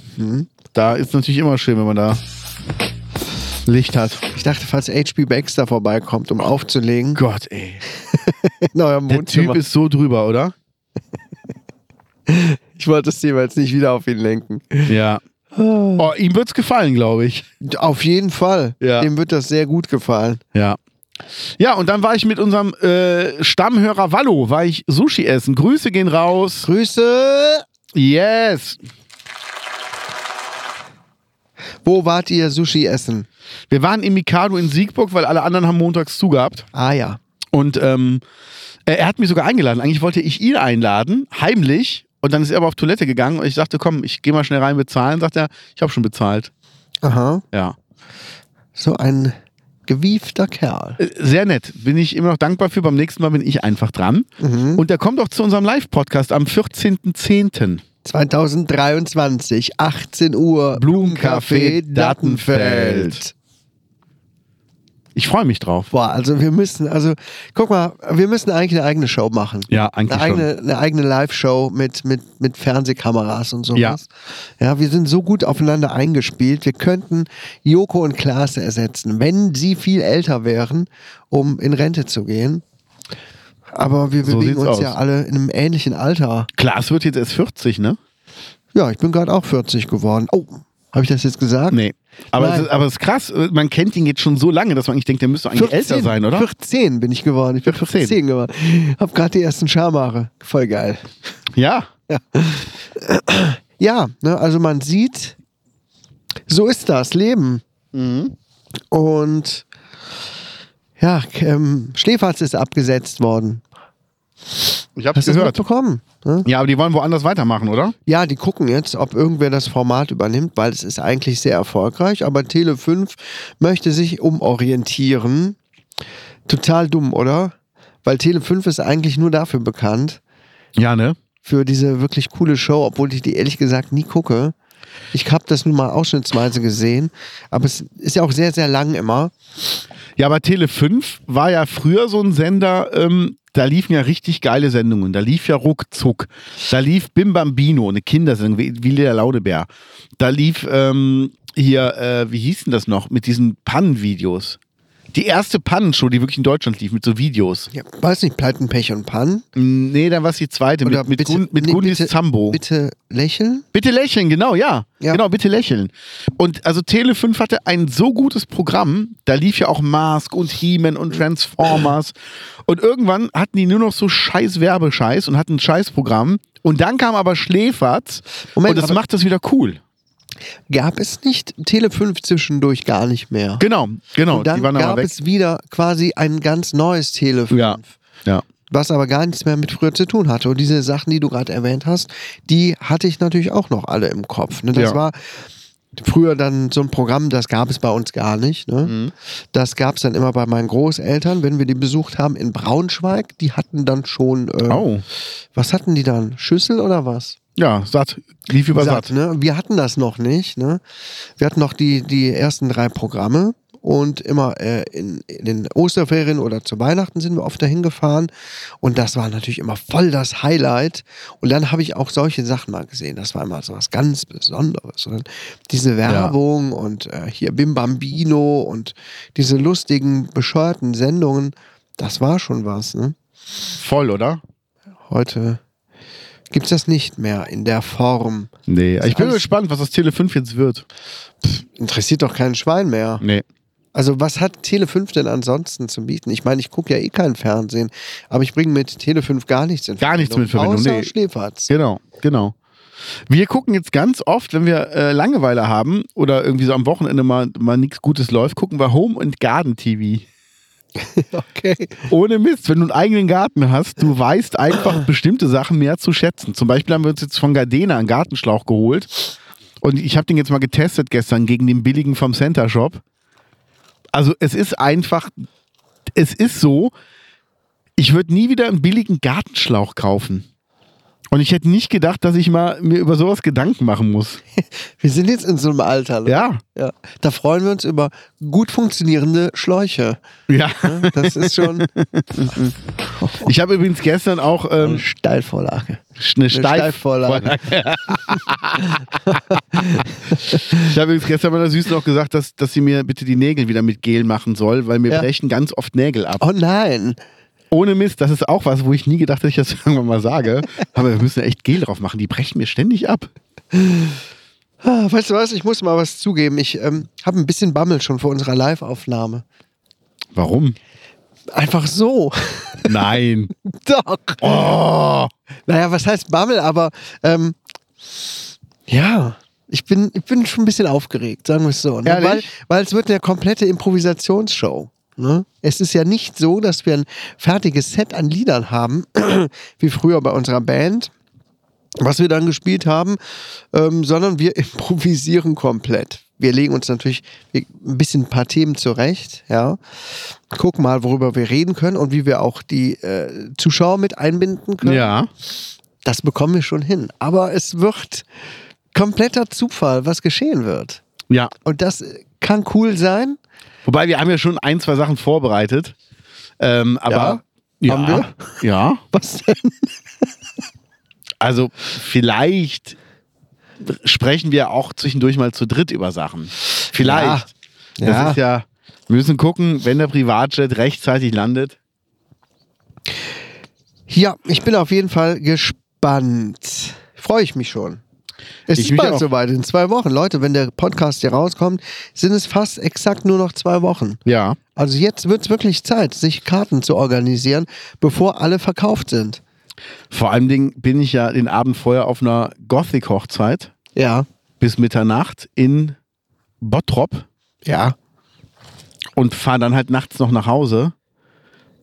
C: da ist natürlich immer schön, wenn man da Licht hat.
B: Ich dachte, falls H.P. Baxter vorbeikommt, um aufzulegen [LAUGHS]
C: Gott, ey.
B: in eurem
C: Der Typ
B: Wohnzimmer.
C: ist so drüber, oder?
B: Ich wollte das Thema jetzt nicht wieder auf ihn lenken.
C: Ja. Oh, ihm wird's gefallen, glaube ich.
B: Auf jeden Fall.
C: Ja.
B: Dem wird das sehr gut gefallen.
C: Ja. Ja, und dann war ich mit unserem äh, Stammhörer Wallo, war ich Sushi essen. Grüße gehen raus.
B: Grüße!
C: Yes.
B: Wo wart ihr Sushi essen?
C: Wir waren im Mikado in Siegburg, weil alle anderen haben montags zugehabt.
B: Ah ja.
C: Und ähm, er er hat mich sogar eingeladen. Eigentlich wollte ich ihn einladen, heimlich. Und dann ist er aber auf Toilette gegangen und ich sagte, komm, ich gehe mal schnell rein bezahlen. Sagt er, ich habe schon bezahlt.
B: Aha.
C: Ja.
B: So ein gewiefter Kerl.
C: Äh, Sehr nett. Bin ich immer noch dankbar für. Beim nächsten Mal bin ich einfach dran. Und der kommt auch zu unserem Live-Podcast am 14.10.
B: 2023, 18 Uhr.
C: Blumencafé Dattenfeld. Ich freue mich drauf.
B: Boah, also wir müssen, also guck mal, wir müssen eigentlich eine eigene Show machen.
C: Ja, eigentlich
B: Eine eigene, eine eigene Live-Show mit, mit, mit Fernsehkameras und sowas.
C: Ja.
B: ja, wir sind so gut aufeinander eingespielt. Wir könnten Joko und Klaas ersetzen, wenn sie viel älter wären, um in Rente zu gehen. Aber wir
C: So
B: bewegen
C: sieht's
B: uns ja
C: aus.
B: alle in einem ähnlichen Alter.
C: Klaas wird jetzt erst 40, ne?
B: Ja, ich bin gerade auch 40 geworden. Oh, habe ich das jetzt gesagt?
C: Nee. Aber es,
B: Nein.
C: ist, aber es ist krass, äh, man kennt ihn jetzt schon so lange, dass man eigentlich denkt, der müsste eigentlich älter sein, oder?
B: 14 bin ich geworden. Ich bin 14,
C: 14.
B: geworden. Hab gerade die ersten Schamhaare. Voll geil.
C: Ja.
B: Ja, ne, also man sieht, so ist das Leben. Und ja, k- ähm, Schläferz ist abgesetzt worden.
C: Ich habe
B: Hast du das mitbekommen? Ne?
C: Ja, aber die wollen woanders weitermachen, oder?
B: Ja, die gucken jetzt, ob irgendwer das Format übernimmt, weil es ist eigentlich sehr erfolgreich. Aber Tele5 möchte sich umorientieren. Total dumm, oder? Weil Tele5 ist eigentlich nur dafür bekannt,
C: Ja, ne?
B: für diese wirklich coole Show, obwohl ich die ehrlich gesagt nie gucke. Ich habe das nur mal ausschnittsweise gesehen, aber es ist ja auch sehr, sehr lang immer.
C: Ja, aber Tele5 war ja früher so ein Sender, ähm, da liefen ja richtig geile Sendungen. Da lief ja Ruckzuck. Da lief Bim Bambino, eine Kindersendung, wie, wie Lea Laudebär. Da lief ähm, hier, äh, wie hieß denn das noch, mit diesen Pannenvideos. Die erste Pannenshow, die wirklich in Deutschland lief, mit so Videos.
B: Ja, weiß nicht, Pleiten, Pech und Pan.
C: Nee, dann war es die zweite,
B: Oder
C: mit, mit,
B: bitte-
C: Gun, mit
B: nee,
C: Gundis
B: bitte-
C: Zambo.
B: Bitte lächeln.
C: Bitte lächeln, genau, ja.
B: Ja.
C: Genau, bitte lächeln. Und also Tele5 hatte ein so gutes Programm, da lief ja auch Mask und He-Man und Transformers. Und irgendwann hatten die nur noch so scheiß Werbescheiß und hatten ein scheiß Programm. Und dann kam aber Schläferz
B: Moment,
C: und das
B: aber-
C: macht das wieder cool.
B: Gab es nicht Tele5 zwischendurch gar nicht mehr.
C: Genau, genau.
B: Und dann
C: die waren aber
B: gab
C: weg.
B: es wieder quasi ein ganz neues Tele5,
C: ja. ja.
B: was aber gar nichts mehr mit früher zu tun hatte. Und diese Sachen, die du gerade erwähnt hast, die hatte ich natürlich auch noch alle im Kopf. Ne? Das
C: Ja.
B: war früher dann so ein Programm, das gab es bei uns gar nicht. Ne? Das gab es dann immer bei meinen Großeltern, wenn wir die besucht haben in Braunschweig. Die hatten dann schon, äh,
C: Oh.
B: was hatten die dann? Schüssel oder was?
C: Ja, satt. Lief über satt.
B: satt, ne? Wir hatten das noch nicht. Ne? Wir hatten noch die, die ersten drei Programme und immer äh, in, in den Osterferien oder zu Weihnachten sind wir oft dahin gefahren. Und das war natürlich immer voll das Highlight. Und dann habe ich auch solche Sachen mal gesehen. Das war immer so was ganz Besonderes. Und dann diese Werbung und äh, hier Bim Bambino und diese lustigen, bescheuerten Sendungen. Das war schon was. Ne?
C: Voll, oder?
B: Heute gibt es das nicht mehr in der Form.
C: Nee. Ich bin
B: alles-
C: gespannt, was das Tele5 jetzt wird.
B: interessiert doch kein Schwein mehr.
C: Nee.
B: Also was hat Tele5 denn ansonsten zu bieten? Ich meine, ich gucke ja eh kein Fernsehen, aber ich bringe mit Tele5 gar nichts in
C: Gar nichts mit Verbindung,
B: Außer
C: nee.
B: Schläferz.
C: [LAUGHS] Genau, genau. Wir gucken jetzt ganz oft, wenn wir äh, Langeweile haben oder irgendwie so am Wochenende mal, mal nichts Gutes läuft, gucken wir Home and Garden TV.
B: Okay.
C: Ohne Mist, wenn du einen eigenen Garten hast, du weißt einfach bestimmte Sachen mehr zu schätzen. Zum Beispiel haben wir uns jetzt von Gardena einen Gartenschlauch geholt und ich habe den jetzt mal getestet gestern gegen den billigen vom Center Shop. Also es ist einfach, es ist so, ich würde nie wieder einen billigen Gartenschlauch kaufen. Und ich hätte nicht gedacht, dass ich mal mir über sowas Gedanken machen muss.
B: [LAUGHS] Wir sind jetzt in so einem Alter. ne?
C: Ja,
B: ja. Da freuen wir uns über gut funktionierende Schläuche.
C: ja.
B: ne? Das ist
C: [LAUGHS]
B: schon
C: Ich habe übrigens gestern auch
B: eine
C: ähm,
B: Steilvorlage.
C: eine
B: Eine
C: Steif
B: Steilvorlage.
C: [LAUGHS] Ich habe übrigens gestern meiner Süßen auch gesagt, dass, dass sie mir bitte die Nägel wieder mit Gel machen soll, weil mir
B: Ja.
C: brechen ganz oft Nägel ab.
B: Oh nein.
C: Ohne Mist, das ist auch was, wo ich nie gedacht hätte, dass ich das [LAUGHS] irgendwann mal sage. Aber wir müssen echt Gel drauf machen, die brechen mir ständig ab.
B: Ah, Weißt du was, ich muss mal was zugeben. Ich ähm, habe ein bisschen Bammel schon vor unserer Live-Aufnahme.
C: Warum?
B: Einfach so. [LAUGHS]
C: Nein.
B: Doch.
C: Oh.
B: Naja, was heißt Bammel, aber ähm, ja, ich bin, ich bin schon ein bisschen aufgeregt, sagen wir es so. Ne?
C: Ehrlich?
B: Weil, weil es wird eine komplette Improvisationsshow. Ne? Es ist ja nicht so, dass wir ein fertiges Set an Liedern haben, [CLEARS THROAT] wie früher bei unserer Band, was wir dann gespielt haben, ähm, sondern wir [LAUGHS] improvisieren komplett. Wir legen uns natürlich ein bisschen ein paar Themen zurecht, ja. Gucken mal, worüber wir reden können und wie wir auch die äh, Zuschauer mit einbinden können.
C: Ja.
B: Das bekommen wir schon hin. Aber es wird kompletter Zufall, was geschehen wird.
C: Ja.
B: Und das kann cool sein.
C: Wobei wir haben ja schon ein, zwei Sachen vorbereitet. Ähm, aber
B: Ja. Haben wir?
C: ja.
B: Was denn?
C: Also vielleicht sprechen wir auch zwischendurch mal zu dritt über Sachen. Vielleicht.
B: Ja.
C: Das
B: Ja.
C: ist ja. Wir müssen gucken, wenn der Privatjet rechtzeitig landet.
B: Ja, ich bin auf jeden Fall gespannt. Freue ich mich schon. Es
C: Ich
B: ist
C: mich
B: bald
C: auch.
B: soweit, in zwei Wochen. Leute, wenn der Podcast hier rauskommt, sind es fast exakt nur noch zwei Wochen.
C: Ja.
B: Also jetzt wird es wirklich Zeit, sich Karten zu organisieren, bevor alle verkauft sind.
C: Vor allem bin ich ja den Abend vorher auf einer Gothic-Hochzeit
B: Ja.
C: bis Mitternacht in Bottrop
B: Ja.
C: und fahre dann halt nachts noch nach Hause.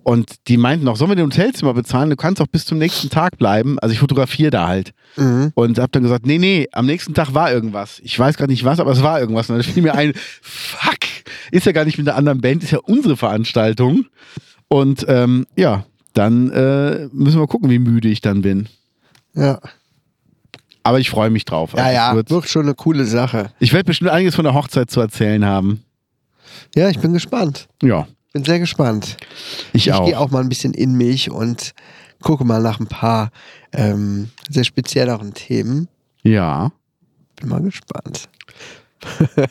C: Und die meinten noch, sollen wir den Hotelzimmer bezahlen? Du kannst auch bis zum nächsten Tag bleiben. Also ich fotografiere da halt.
B: Mhm.
C: Und hab dann gesagt, nee, nee, am nächsten Tag war irgendwas. Ich weiß gerade nicht was, aber es war irgendwas. Und dann fiel mir ein, [LAUGHS] fuck, ist ja gar nicht mit einer anderen Band, ist ja unsere Veranstaltung. Und ähm, ja, dann äh, müssen wir gucken, wie müde ich dann bin.
B: Ja.
C: Aber ich freue mich drauf.
B: Ja,
C: Also es
B: ja.
C: Wird,
B: Wird schon eine coole Sache.
C: ich werde bestimmt einiges von der Hochzeit zu erzählen haben.
B: Ja, ich bin gespannt.
C: Ja,
B: Bin sehr gespannt.
C: ich,
B: Ich
C: auch.
B: gehe auch mal ein bisschen in mich und gucke mal nach ein paar ähm, sehr spezielleren Themen.
C: Ja.
B: Bin mal gespannt.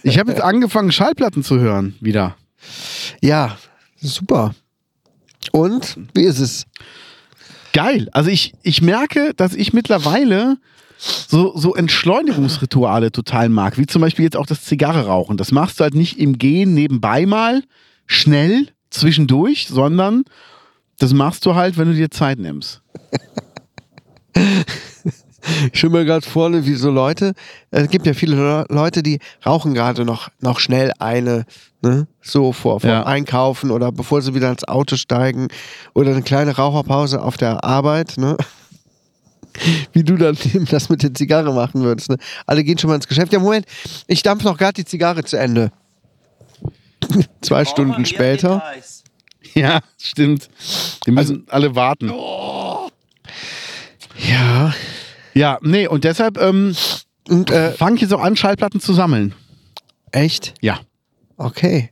C: Ich habe jetzt angefangen, Schallplatten zu hören wieder.
B: Ja, super. Und wie ist es?
C: Geil. Also ich, ich merke, dass ich mittlerweile so, so Entschleunigungsrituale total mag, wie zum Beispiel jetzt auch das Zigarre rauchen. Das machst du halt nicht im Gehen nebenbei mal schnell zwischendurch, sondern das machst du halt, wenn du dir Zeit nimmst. [LAUGHS]
B: Ich schimmel gerade vorne, wie so Leute. Es gibt ja viele Le- Leute, die rauchen gerade noch, noch schnell eine, ne? so vor, vor
C: Ja.
B: Einkaufen oder bevor sie wieder ins Auto steigen oder eine kleine Raucherpause auf der Arbeit. Ne? [LAUGHS] Wie du dann eben das mit der Zigarre machen würdest. Ne? Alle gehen schon mal ins Geschäft. Ja, Moment, ich dampf noch gerade die Zigarre zu Ende. [LAUGHS] Zwei Stunden später.
C: Ja, stimmt. Die müssen alle warten.
B: Ja.
C: Ja, nee, und deshalb ähm,
B: Und äh,
C: fange ich jetzt auch an, Schallplatten zu sammeln.
B: echt?
C: Ja.
B: Okay.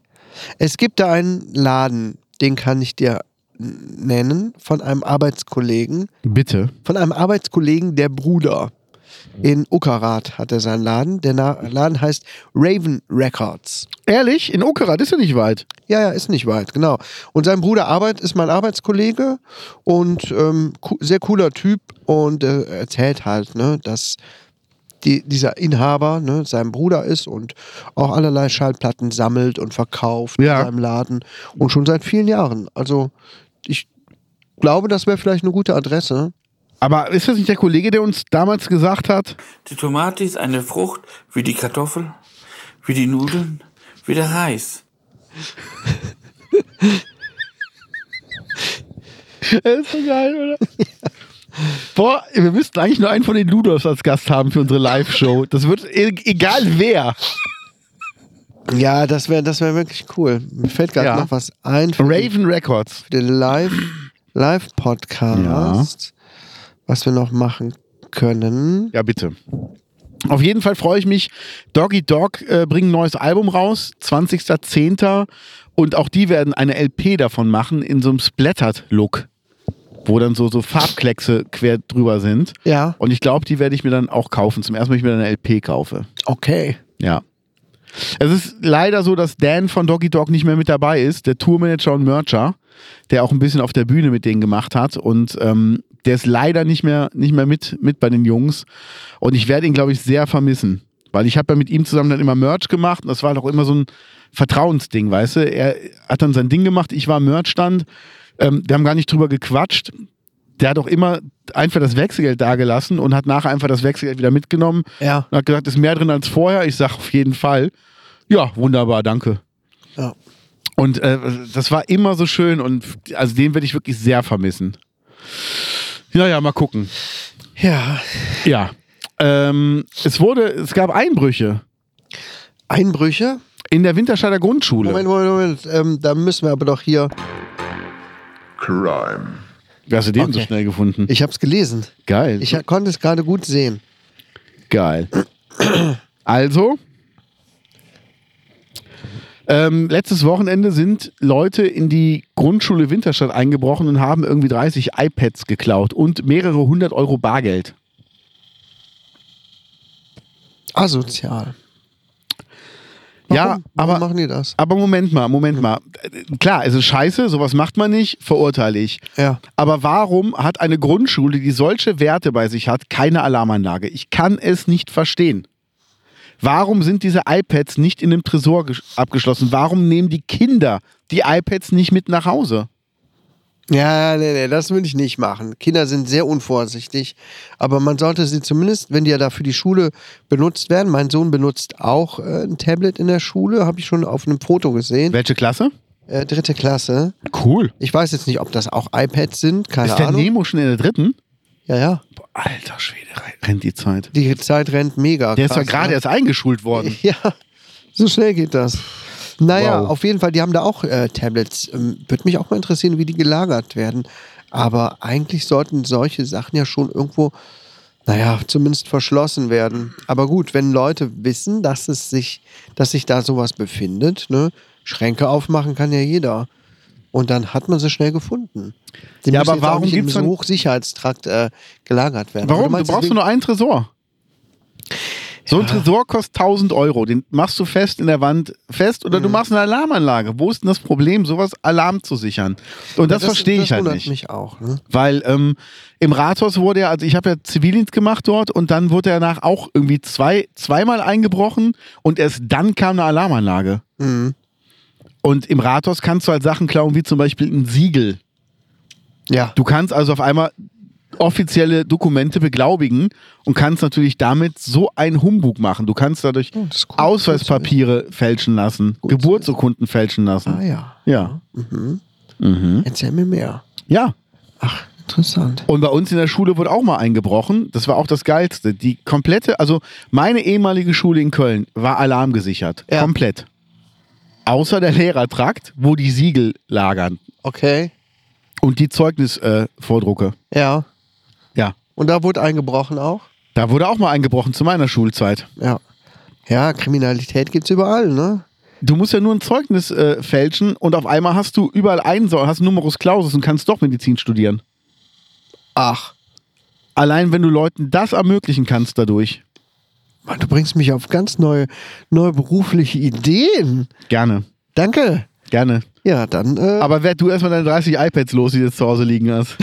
B: Es gibt da einen Laden, den kann ich dir n- nennen, von einem Arbeitskollegen.
C: Bitte.
B: Von einem Arbeitskollegen der Bruder. In Uckerath hat er seinen Laden. Der Na Laden heißt Raven Records.
C: Ehrlich, in Uckerath ist ja nicht weit.
B: Ja, ja, ist nicht weit, genau. Und sein Bruder Arbeit ist mein Arbeitskollege und ähm, co sehr cooler Typ und äh, erzählt halt, ne, dass die, dieser Inhaber ne, sein Bruder ist und auch allerlei Schallplatten sammelt und verkauft
C: Ja.
B: in seinem Laden und schon seit vielen Jahren. Also ich glaube, das wäre vielleicht eine gute Adresse.
C: Aber ist das nicht der Kollege, der uns damals gesagt hat?
A: Die Tomate ist eine Frucht wie die Kartoffel, wie die Nudeln, wie der Reis.
C: ist so geil, oder? Boah, wir müssten eigentlich nur einen von den Ludolfs als Gast haben für unsere Live-Show. Das wird e egal wer.
B: Ja, das wäre das wär wirklich cool. Mir fällt gerade
C: Ja.
B: noch was ein für, den-
C: Raven Records.
B: für den Live- Live-Podcast, was wir noch machen können.
C: Ja, bitte. Auf jeden Fall freue ich mich. Doggy Dog äh, bringt ein neues Album raus, 20.10. Und auch die werden eine LP davon machen in so einem Splattered-Look, wo dann so, so Farbkleckse quer drüber sind.
B: Ja,
C: Und ich glaube, die werde ich mir dann auch kaufen. Zum ersten Mal, wenn ich mir dann eine LP kaufe.
B: okay.
C: Ja. Es ist leider so, dass Dan von Doggy Dog nicht mehr mit dabei ist, der Tourmanager und Mercher, der auch ein bisschen auf der Bühne mit denen gemacht hat. Und ähm, der ist leider nicht mehr, nicht mehr mit, mit bei den Jungs. Und ich werde ihn, glaube ich, sehr vermissen. Weil ich habe ja mit ihm zusammen dann immer Merch gemacht und das war halt auch immer so ein Vertrauensding, weißt du? Er hat dann sein Ding gemacht, ich war am Merchstand, ähm, wir haben gar nicht drüber gequatscht. Der hat auch immer einfach das Wechselgeld dagelassen und hat nachher einfach das Wechselgeld wieder mitgenommen
B: Ja.
C: und hat gesagt, ist mehr drin als vorher. Ich sage auf jeden Fall, ja, wunderbar, danke.
B: Ja.
C: Und äh, das war immer so schön und f- also den werde ich wirklich sehr vermissen. Ja, ja, mal gucken.
B: ja.
C: Ja. Ähm, es wurde, es gab Einbrüche
B: Einbrüche?
C: in der Winterscheider Grundschule.
B: Moment, Moment, Moment. Ähm, da müssen wir aber doch hier.
D: Crime.
C: Wie hast du den so
B: Okay.
C: schnell gefunden?
B: Ich habe es gelesen.
C: Geil.
B: Ich konnte es gerade gut sehen.
C: Geil. Also, ähm, letztes Wochenende sind Leute in die Grundschule Winterstadt eingebrochen und haben irgendwie 30 iPads geklaut und mehrere hundert Euro Bargeld.
B: Asozial.
C: Ja,
B: Warum? Warum
C: aber-
B: machen die das?
C: Aber Moment mal, Moment
B: Hm.
C: mal. Äh, Klar, es ist scheiße, sowas macht man nicht, verurteile ich.
B: Ja.
C: Aber warum hat eine Grundschule, die solche Werte bei sich hat, keine Alarmanlage? Ich kann es nicht verstehen. Warum sind diese iPads nicht in dem Tresor gesch- abgeschlossen? Warum nehmen die Kinder die iPads nicht mit nach Hause?
B: Ja, nee, nee, das würde ich nicht machen. Kinder sind sehr unvorsichtig, aber man sollte sie zumindest, wenn die ja da für die Schule benutzt werden. Mein Sohn benutzt auch äh, ein Tablet in der Schule, habe ich schon auf einem Foto gesehen.
C: Welche Klasse?
B: Äh, dritte Klasse.
C: Cool.
B: Ich weiß jetzt nicht, ob das auch iPads sind, keine
C: Ist der
B: Ahnung.
C: Nemo schon in der dritten?
B: ja, ja.
C: Boah, alter Schwede, re- rennt die Zeit.
B: Die Zeit rennt mega.
C: Der ist ja
B: krass,
C: gerade
B: ne?
C: erst eingeschult worden.
B: [LAUGHS] Ja, so schnell geht das. Naja,
C: Wow.
B: auf jeden Fall, die haben da auch äh, Tablets. Ähm, Würde mich auch mal interessieren, wie die gelagert werden. Aber eigentlich sollten solche Sachen ja schon irgendwo, naja, zumindest verschlossen werden. Aber gut, wenn Leute wissen, dass es sich, dass sich da sowas befindet, ne? Schränke aufmachen kann ja jeder. Und dann hat man sie schnell gefunden. Die
C: Ja,
B: müssen
C: aber
B: jetzt auch
C: warum
B: nicht in
C: gibt's
B: so einem
C: dann-
B: Hochsicherheitstrakt äh, gelagert werden?
C: Warum? Du
B: Also meinst,
C: brauchst
B: deswegen-
C: nur noch einen Tresor. So ein Tresor kostet 1000 Euro. Den machst du fest in der Wand fest
B: Mhm.
C: oder du machst eine Alarmanlage. Wo ist denn das Problem, sowas Alarm zu sichern? Und das,
B: Ja,
C: verstehe
B: das
C: ich halt
B: wundert
C: nicht.
B: mich auch. Ne?
C: Weil ähm, im Rathaus wurde ja, also ich habe ja Zivildienst gemacht dort und dann wurde danach auch irgendwie zwei, zweimal eingebrochen und erst dann kam eine Alarmanlage.
B: Mhm.
C: Und im Rathaus kannst du halt Sachen klauen, wie zum Beispiel ein Siegel.
B: Ja.
C: Du kannst also auf einmal offizielle Dokumente beglaubigen und kannst natürlich damit so einen Humbug machen. Du kannst dadurch
B: Oh, das ist gut.
C: Ausweispapiere fälschen lassen,
B: Gut zu
C: Geburtsurkunden fälschen lassen.
B: Ah ja.
C: Ja.
B: Mhm.
C: Mhm.
B: Erzähl mir mehr.
C: Ja.
B: Ach, interessant.
C: Und bei uns in der Schule wurde auch mal eingebrochen. Das war auch das Geilste. Die komplette, also meine ehemalige Schule in Köln war alarmgesichert.
B: Ja.
C: Komplett. Außer der Lehrertrakt, wo die Siegel lagern
B: Okay.
C: und die Zeugnisvordrucke. Äh, Vordrucke.
B: Ja.
C: ja.
B: Und da wurde eingebrochen auch?
C: Da wurde auch mal eingebrochen zu meiner Schulzeit.
B: Ja. Ja, Kriminalität gibt's überall, ne?
C: Du musst ja nur ein Zeugnis äh, fälschen und auf einmal hast du überall einen, so- hast Numerus Clausus und kannst doch Medizin studieren.
B: Ach.
C: Allein wenn du Leuten das ermöglichen kannst dadurch.
B: Mann, du bringst mich auf ganz neue, neue berufliche Ideen.
C: Gerne,
B: Danke.
C: gerne.
B: Ja, dann. Äh,
C: Aber werd du erstmal deine 30 iPads los, die du jetzt zu Hause liegen hast.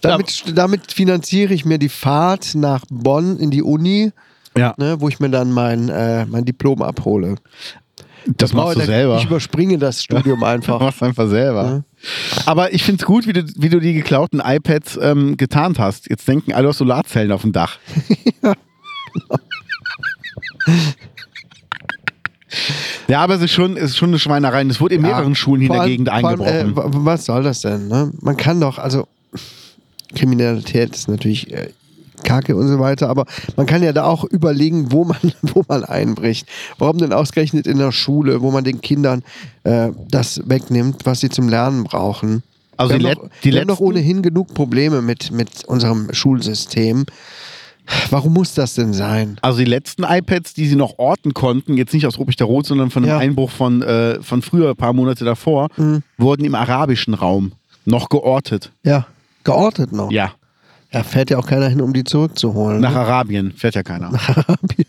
B: Damit, damit finanziere ich mir die Fahrt nach Bonn in die Uni,
C: Ja,
B: ne, wo ich mir dann mein, äh, mein Diplom abhole.
C: das machst
B: Brauche-
C: du selber.
B: Ich überspringe das
C: [LAUGHS]
B: Studium
C: Du
B: einfach.
C: machst einfach selber. Aber ich finde es gut, wie du, wie du die geklauten iPads ähm, getarnt hast. Jetzt denken alle, du hast Solarzellen auf dem
B: [LAUGHS]
C: Dach.
B: genau.
C: ja, aber es ist schon, es ist schon eine Schweinerei. und Es wurde in
B: Ja,
C: mehreren Schulen hier in
B: vor
C: der
B: allem-
C: Gegend
B: vor allem,
C: eingebrochen.
B: äh, wa- was soll das denn? Ne? Man kann doch, also Kriminalität ist natürlich äh, Kacke und so weiter, aber man kann ja da auch überlegen, wo man, [LAUGHS] wo man einbricht. Warum denn ausgerechnet in der Schule, wo man den Kindern äh, das wegnimmt, was sie zum Lernen brauchen?
C: Also
B: wir
C: die
B: haben,
C: Let-
B: doch,
C: die
B: wir haben doch
C: letzten-
B: ohnehin genug Probleme mit, mit unserem Schulsystem. Warum muss das denn sein?
C: Also die letzten iPads, die sie noch orten konnten, jetzt nicht aus Ruppig der Rot, sondern von einem
B: Ja. Mhm.
C: Einbruch von, äh, von früher, ein paar Monate davor, wurden im arabischen Raum noch geortet.
B: Ja, geortet noch.
C: Ja,
B: Da fährt ja auch keiner hin, um die zurückzuholen.
C: nach
B: ne?
C: Arabien fährt ja keiner.
B: Arabien.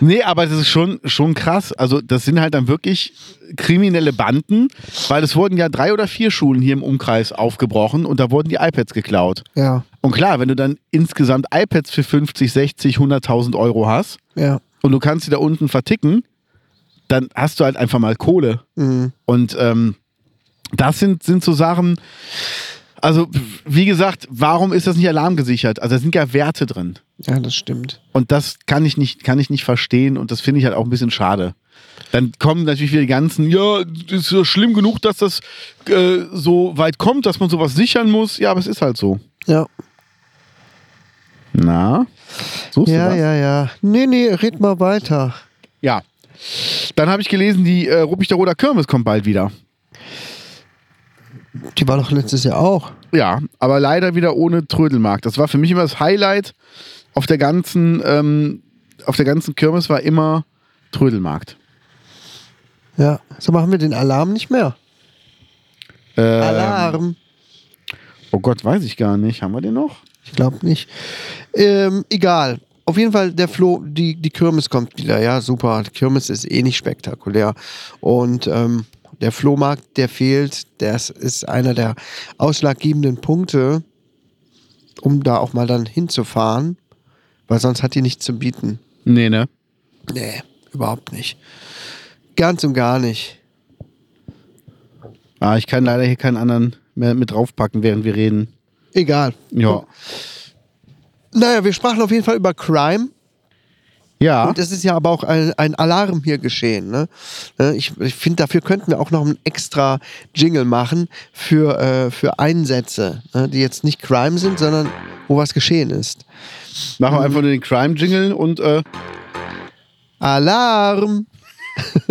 C: Nee, aber das ist schon, schon krass. Also, das sind halt dann wirklich kriminelle Banden, weil es wurden ja drei oder vier Schulen hier im Umkreis aufgebrochen und da wurden die iPads geklaut.
B: Ja,
C: Und klar, wenn du dann insgesamt iPads für 50, 60, 100.000 Euro hast
B: ja.
C: und du kannst die da unten verticken, dann hast du halt einfach mal Kohle.
B: Mhm.
C: Und ähm, das sind, sind so Sachen, also wie gesagt, warum ist das nicht alarmgesichert? Also da sind ja Werte drin.
B: Ja, das stimmt.
C: Und das kann ich nicht, kann ich nicht verstehen und das finde ich halt auch ein bisschen schade. Dann kommen natürlich wieder die ganzen, ja, ist ja schlimm genug, dass das äh, so weit kommt, dass man sowas sichern muss. Ja, aber es ist halt so.
B: Ja,
C: Na? Suchst du
B: ja,
C: was?
B: ja, ja. Nee, nee, red mal weiter.
C: ja. Dann habe ich gelesen, die äh, Ruppig der Roder Kirmes kommt bald wieder.
B: Die war doch letztes Jahr auch.
C: Ja, aber leider wieder ohne Trödelmarkt. Das war für mich immer das Highlight auf der ganzen, ähm, auf der ganzen Kirmes war immer Trödelmarkt.
B: Ja. So machen wir den Alarm nicht mehr.
C: Ähm,
B: Alarm.
C: Oh Gott, weiß ich gar nicht. Haben wir den noch?
B: Ich glaube nicht. Ähm, egal. Auf jeden Fall, der Flo, die, die Kirmes kommt wieder. Ja, super. Die Kirmes ist eh nicht spektakulär. Und ähm, der Flohmarkt, der fehlt, das ist einer der ausschlaggebenden Punkte, um da auch mal dann hinzufahren. Weil sonst hat die nichts zu bieten.
C: Nee, ne?
B: Nee, überhaupt nicht. Ganz und gar nicht.
C: Ah, ich kann leider hier keinen anderen mehr mit draufpacken, während wir reden.
B: Egal.
C: Ja.
B: Naja, wir sprachen auf jeden Fall über Crime.
C: Ja.
B: Und es ist ja aber auch ein, ein Alarm hier geschehen. Ne? Ne, Ich, ich finde, dafür könnten wir auch noch einen extra Jingle machen für, äh, für Einsätze, ne? die jetzt nicht Crime sind, sondern wo was geschehen ist.
C: Machen wir einfach nur den Crime-Jingle und äh,
B: Alarm!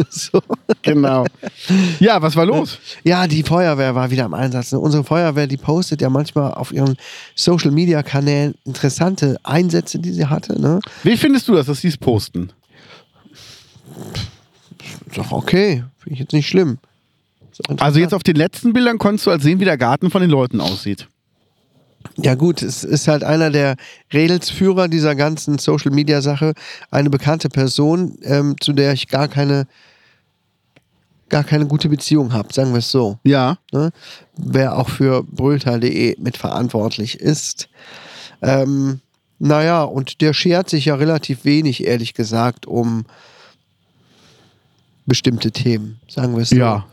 B: so.
C: genau. [LAUGHS] ja, was war los?
B: Ja, die Feuerwehr war wieder im Einsatz. ne? Unsere Feuerwehr, die postet ja manchmal auf ihren Social-Media-Kanälen interessante Einsätze, die sie hatte. Ne?
C: Wie findest du das, dass die es posten?
B: Ist Doch okay, finde ich jetzt nicht schlimm. Ist doch
C: Also jetzt
B: interessant.
C: auf den letzten Bildern konntest du halt sehen, wie der Garten von den Leuten aussieht.
B: Ja gut, es ist halt einer der Redelsführer dieser ganzen Social-Media-Sache, eine bekannte Person, ähm, zu der ich gar keine, gar keine gute Beziehung habe, sagen wir es so.
C: Ja.
B: Ne? Wer auch für brülltal.de mitverantwortlich ist. Ähm, naja, und der schert sich ja relativ wenig, ehrlich gesagt, um bestimmte Themen, sagen wir es so.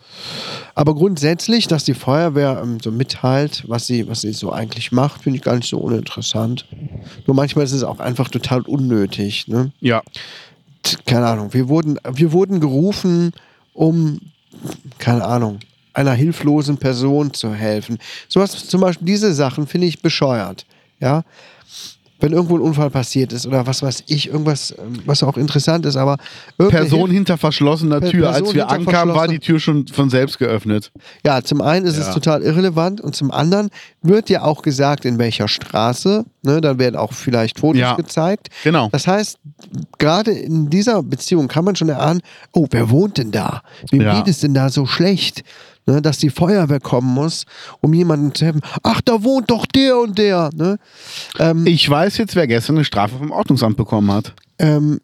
B: Aber grundsätzlich, dass die Feuerwehr ähm, so mitteilt, was sie, was sie so eigentlich macht, finde ich gar nicht so uninteressant. Nur manchmal ist es auch einfach total unnötig. Ne?
C: Ja.
B: T- Keine Ahnung. Wir wurden, wir wurden gerufen, um, keine Ahnung, einer hilflosen Person zu helfen. So was zum Beispiel diese Sachen finde ich bescheuert. Ja. Wenn irgendwo ein Unfall passiert ist oder was weiß ich, irgendwas, ähm, was auch interessant ist, aber irgendeine
C: Person
B: Hilfe-
C: hinter verschlossener
B: Per-
C: Tür. Als
B: Person
C: wir
B: hinter
C: ankamen, war
B: verschlossener-
C: die Tür schon von selbst geöffnet.
B: Ja, zum einen ist
C: Ja.
B: es total irrelevant und zum anderen wird ja auch gesagt, in welcher Straße. Ne, dann werden auch vielleicht Fotos
C: Ja.
B: gezeigt.
C: Genau.
B: Das heißt, gerade in dieser Beziehung kann man schon erahnen, oh, wer wohnt denn da? Wem
C: Ja.
B: geht es denn da so schlecht? Ne, dass die Feuerwehr kommen muss, um jemanden zu helfen. Ach, da wohnt doch der und der. Ne?
C: Ich weiß jetzt, wer gestern eine Strafe vom Ordnungsamt bekommen hat.
B: Ähm,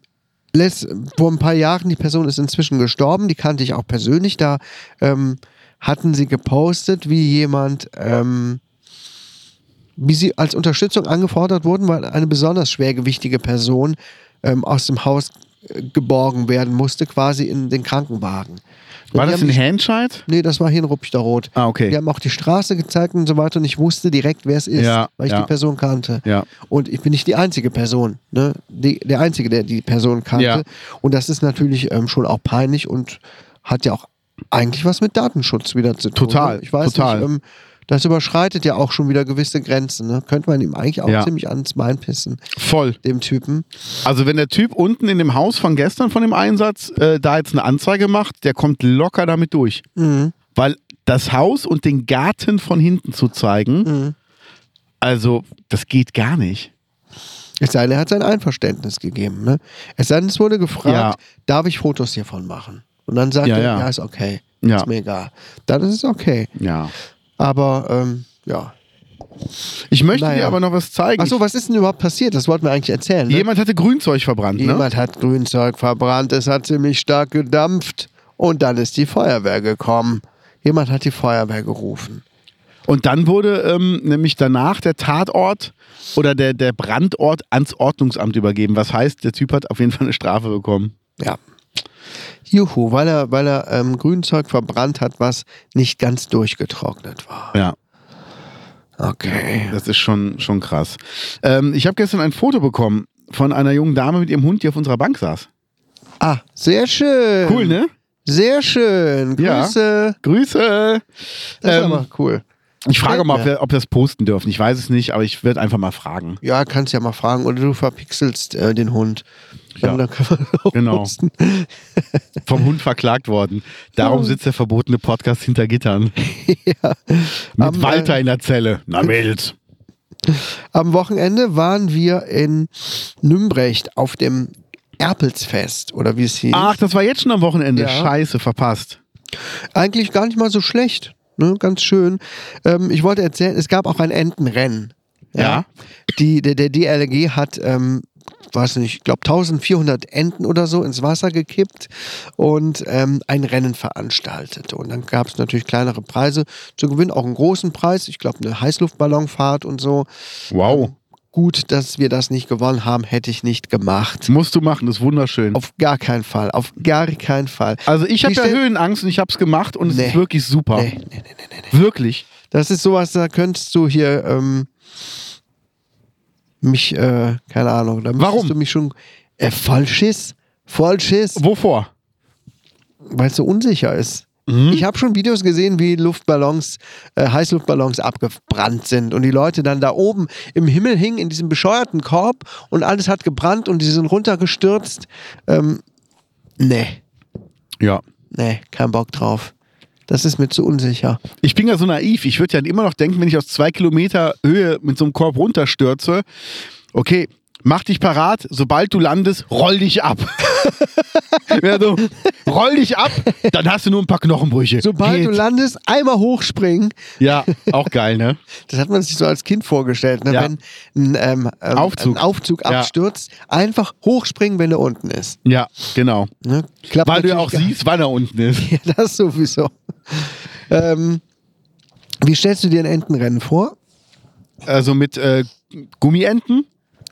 B: letzt, vor ein paar Jahren, die Person ist inzwischen gestorben, die kannte ich auch persönlich. Da ähm, hatten sie gepostet, wie jemand ähm, wie sie als Unterstützung angefordert wurden, weil eine besonders schwergewichtige Person ähm, aus dem Haus äh, geborgen werden musste, quasi in den Krankenwagen.
C: War
B: Die
C: das
B: haben
C: in
B: die-
C: Handscheid?
B: Nee, das war hier in Ruppichterrot.
C: Ah, okay.
B: Die haben auch die Straße gezeigt und so weiter und ich wusste direkt, wer es ist,
C: Ja,
B: weil ich
C: ja.
B: die Person kannte.
C: Ja.
B: Und ich bin nicht die einzige Person, ne? Die, der Einzige, der die Person kannte.
C: Ja.
B: Und das ist natürlich ähm, schon auch peinlich und hat ja auch eigentlich was mit Datenschutz wieder zu tun.
C: Total,
B: ne? Ich weiß
C: total.
B: nicht, ähm, das überschreitet ja auch schon wieder gewisse Grenzen. Ne? Könnte man ihm eigentlich auch
C: Ja.
B: ziemlich ans Bein pissen,
C: Voll.
B: dem Typen.
C: Also wenn der Typ unten in dem Haus von gestern von dem Einsatz äh, da jetzt eine Anzeige macht, der kommt locker damit durch.
B: Mhm.
C: Weil das Haus und den Garten von hinten zu zeigen,
B: Mhm.
C: also das geht gar nicht.
B: Es sei denn, er hat sein Einverständnis gegeben. Ne? Es sei denn, es wurde gefragt, darf ich Fotos hiervon machen? Und dann sagt
C: Ja,
B: er,
C: ja.
B: ja. ist okay.
C: Ja.
B: Ist mir egal. Dann ist es okay.
C: Ja.
B: Aber, ähm, ja.
C: Ich möchte dir
B: Naja.
C: aber noch was zeigen.
B: Achso, was ist denn überhaupt passiert? Das wollten wir eigentlich erzählen. Ne?
C: Jemand hatte Grünzeug verbrannt, ne?
B: Jemand hat Grünzeug verbrannt, es hat ziemlich stark gedampft und dann ist die Feuerwehr gekommen. Jemand hat die Feuerwehr gerufen.
C: Und dann wurde ähm, nämlich danach der Tatort oder der, der Brandort ans Ordnungsamt übergeben. Was heißt, der Typ hat auf jeden Fall eine Strafe bekommen.
B: Ja. Juhu, weil er, weil er ähm, Grünzeug verbrannt hat, was nicht ganz durchgetrocknet war.
C: Ja.
B: Okay.
C: Das ist schon, schon krass. Ähm, ich habe gestern ein Foto bekommen von einer jungen Dame mit ihrem Hund, die auf unserer Bank saß.
B: Ah, sehr schön.
C: Cool, ne?
B: Sehr schön.
C: Ja.
B: Grüße.
C: Grüße!
B: Das ist
C: Ähm,
B: aber cool.
C: Ich frage
B: Gefällt
C: mal, ob
B: mir.
C: wir, ob wir das posten dürfen. Ich weiß es nicht, aber ich werde einfach mal fragen.
B: Ja, kannst ja mal fragen. Oder du verpixelst äh, den Hund. Ähm,
C: Ja.
B: Dann kann man [LAUGHS] auch
C: Genau.
B: posten.
C: Vom Hund verklagt worden. Darum sitzt der verbotene Podcast hinter Gittern.
B: [LAUGHS] Ja.
C: Mit
B: Am, äh,
C: Walter in der Zelle. Na, Mädels.
B: Am Wochenende waren wir in Nümbrecht auf dem Erpelsfest oder wie es hieß.
C: Ach, das war jetzt schon am Wochenende.
B: Ja.
C: Scheiße, verpasst.
B: Eigentlich gar nicht mal so schlecht. Ne? Ganz schön. Ähm, ich wollte erzählen, es gab auch ein Entenrennen.
C: Ja.
B: Die, der, der DLG hat, ähm, weiß nicht, ich glaube 1400 Enten oder so ins Wasser gekippt und ähm, ein Rennen veranstaltet. Und dann gab es natürlich kleinere Preise zu gewinnen, auch einen großen Preis. Ich glaube, eine Heißluftballonfahrt und so.
C: Wow.
B: Gut, dass wir das nicht gewonnen haben, hätte ich nicht gemacht.
C: Musst du machen, ist wunderschön.
B: Auf gar keinen Fall. Auf gar keinen Fall.
C: Also, ich habe
B: Die
C: ja
B: Stell-
C: Höhenangst und ich habe es gemacht und es
B: Nee.
C: ist wirklich super.
B: Nee, nee, nee, nee, nee.
C: Wirklich.
B: Das ist sowas, da könntest du hier ähm, mich, äh, keine Ahnung, da müsstest
C: Warum?
B: du mich schon. Äh, Vollschiss. Vollschiss,
C: Wovor?
B: weil es so unsicher ist. Ich habe schon Videos gesehen, wie Luftballons, äh, Heißluftballons abgebrannt sind und die Leute dann da oben im Himmel hingen in diesem bescheuerten Korb und alles hat gebrannt und die sind runtergestürzt. Ähm, nee.
C: Ja.
B: Nee, kein Bock drauf. Das ist mir zu unsicher.
C: Ich bin ja so naiv. Ich würde ja immer noch denken, wenn ich aus zwei Kilometer Höhe mit so einem Korb runterstürze, okay, mach dich parat, sobald du landest, roll
B: [LAUGHS]
C: dich ab. ja, so, roll dich ab, dann hast du nur ein paar Knochenbrüche.
B: Sobald
C: Geht.
B: du landest, einmal hochspringen.
C: Ja, auch geil, ne?
B: Das hat man sich so als Kind vorgestellt. Ne?
C: Ja.
B: Wenn ein, ähm, ähm,
C: Aufzug.
B: ein Aufzug
C: Ja.
B: abstürzt, einfach hochspringen, wenn er unten ist.
C: Ja, genau.
B: Ne? Klappt
C: Weil du ja auch
B: natürlich
C: siehst, wann er unten ist.
B: gar- [LAUGHS] Ja, das sowieso. ähm, wie stellst du dir ein Entenrennen vor?
C: Also mit äh, Gummienten,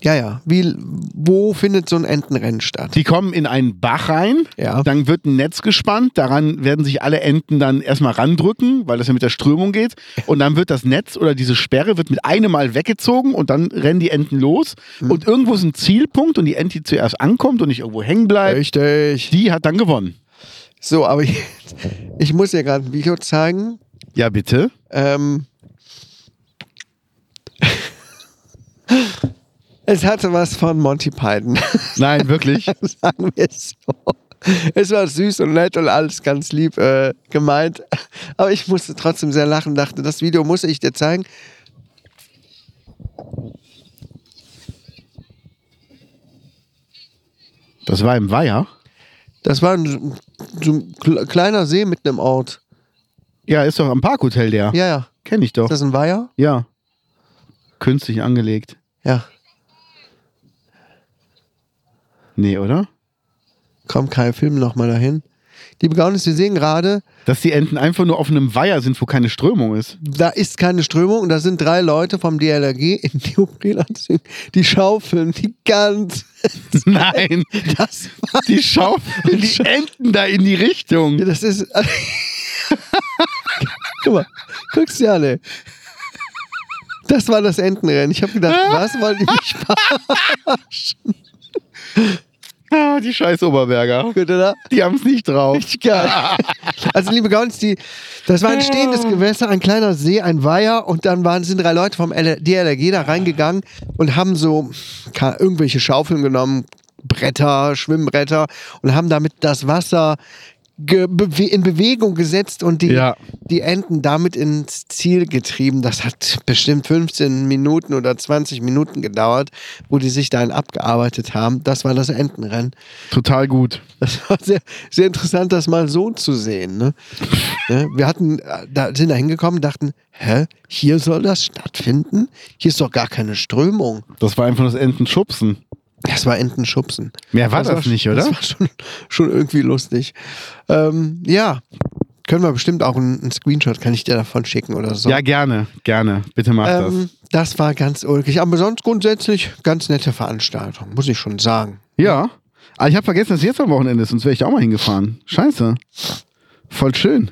B: Ja, ja. Wie, wo findet so ein Entenrennen statt?
C: die kommen in einen Bach rein,
B: Ja.
C: dann wird ein Netz gespannt, daran werden sich alle Enten dann erstmal randrücken, weil das ja mit der Strömung geht und dann wird das Netz oder diese Sperre wird mit einem Mal weggezogen und dann rennen die Enten los
B: Hm.
C: und irgendwo ist ein Zielpunkt und die Ente, die zuerst ankommt und nicht irgendwo hängen bleibt,
B: Richtig.
C: die hat dann gewonnen.
B: So, aber ich, ich muss dir gerade ein Video zeigen.
C: Ja, bitte.
B: Ähm, [LAUGHS] es hatte was von Monty Python, [LAUGHS]
C: Nein, wirklich.
B: sagen wir es so. Es war süß und nett und alles ganz lieb äh, gemeint. Aber ich musste trotzdem sehr lachen, dachte, das Video muss ich dir zeigen.
C: Das war im Weiher.
B: Das war ein, so ein kle- kleiner See mitten im Ort.
C: Ja, ist doch am Parkhotel der.
B: Ja, ja.
C: Kenn ich doch.
B: Ist das ein Weiher?
C: ja. Künstlich angelegt.
B: Ja.
C: Nee, oder?
B: Komm, Kai, film nochmal dahin. Liebe Gaunis, wir sehen gerade,
C: Dass die Enten einfach nur auf einem Weiher sind, wo keine Strömung ist. [LAUGHS]
B: da ist keine Strömung und da sind drei Leute vom DLRG in [LAUGHS] Neoprenanzügen, die schaufeln die ganz.
C: Nein,
B: [LAUGHS] Das war.
C: die [LAUGHS] schaufeln die Enten da in die Richtung.
B: Das ist. [LAUGHS] Guck mal, guck's dir an, ey. Das war das Entenrennen. Ich habe gedacht, was wollen die mich
C: Ah, die scheiß Oberberger.
B: machen, oder?
C: Die haben es nicht drauf.
B: Richtig geil.
C: [LAUGHS]
B: Also, liebe Gauns, die, das war ein stehendes Gewässer, ein kleiner See, ein Weiher und dann waren, sind drei Leute vom L DLRG da reingegangen und haben so ka- irgendwelche Schaufeln genommen, Bretter, Schwimmbretter und haben damit das Wasser ge bewe in Bewegung gesetzt und die,
C: Ja.
B: die Enten damit ins Ziel getrieben. Das hat bestimmt 15 Minuten oder 20 Minuten gedauert, wo die sich dahin abgearbeitet haben. Das war das Entenrennen.
C: Total gut.
B: Das war sehr, sehr interessant, das mal so zu sehen. Ne? Ne? Wir hatten, äh, da sind da hingekommen und dachten, hä, hier soll das stattfinden? Hier ist doch gar keine Strömung.
C: Das war einfach das Entenschubsen.
B: Das war Entenschubsen.
C: Mehr war das,
B: war,
C: nicht, oder?
B: Das war schon, schon irgendwie lustig. Ähm, ja, können wir bestimmt auch einen, einen Screenshot, kann ich dir davon schicken oder so.
C: Ja, gerne, gerne. Bitte mach
B: ähm, das war ganz ulkig. Aber sonst grundsätzlich ganz nette Veranstaltung, muss ich schon sagen. [CLEARS THROAT]
C: das. Ja. Aber ich habe vergessen, dass jetzt am Wochenende ist, sonst wäre ich da auch mal hingefahren. Scheiße. Voll schön.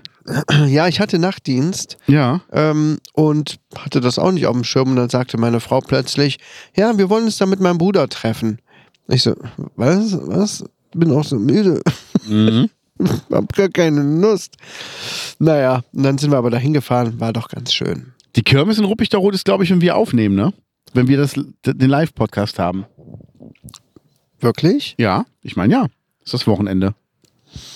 B: Ja, ich hatte Nachtdienst.
C: Ja.
B: ähm, und hatte das auch nicht auf dem Schirm. Und dann sagte meine Frau plötzlich, ja, wir wollen uns da mit meinem Bruder treffen. Ich so, was, was? Bin auch so müde.
C: Mhm.
B: [LAUGHS] Hab gar keine Lust. Naja, und dann sind wir aber da hingefahren. War doch ganz schön.
C: Die Kirmes in Ruppig der Rot ist, glaube ich, wenn wir aufnehmen, ne? Wenn wir das, den Live-Podcast haben.
B: Wirklich?
C: Ja, ich meine ja. Ist das Wochenende.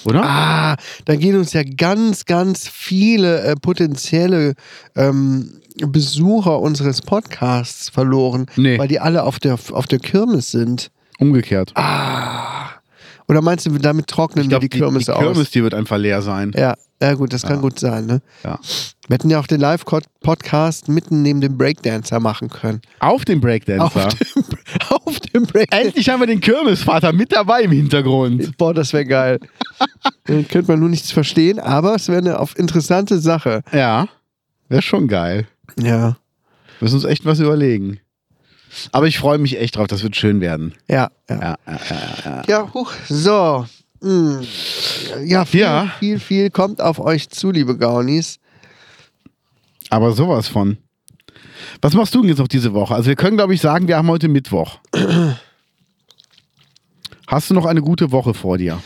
C: Oder?
B: Ah, da gehen uns ja ganz, ganz viele äh, potenzielle ähm, Besucher unseres Podcasts verloren,
C: Nee.
B: weil die alle auf der, auf der Kirmes sind.
C: Umgekehrt.
B: Oder meinst du, damit trocknen
C: ich glaube,
B: wir die Kirmes
C: Ah, die, die
B: aus?
C: Kirmes, die wird einfach leer sein.
B: Ja, ja gut, das kann gut sein. Ne?
C: Ja.
B: Wir hätten ja auch den Live-Podcast mitten neben dem Breakdancer machen können.
C: Auf dem
B: Auf
C: Breakdancer.
B: dem, [LAUGHS] auf dem Breakdancer.
C: Endlich haben wir den Kirmesvater mit dabei im Hintergrund.
B: Boah, das wäre
C: [LAUGHS]
B: geil. Dann könnte man nur nichts verstehen, aber es wäre eine auf interessante Sache.
C: Ja, wäre schon geil.
B: Ja.
C: Müssen uns echt was überlegen. Aber ich freue mich echt drauf, das wird schön werden.
B: Ja, ja.
C: Ja, ja, ja, ja.
B: Ja, huch, so. Hm. Ja, viel,
C: Ja.
B: viel, viel kommt auf euch zu, liebe Gaunis.
C: Aber sowas von. Was machst du denn jetzt noch diese Woche? Also wir können, glaube ich, sagen, wir haben heute Mittwoch. Hast du noch eine gute Woche vor dir?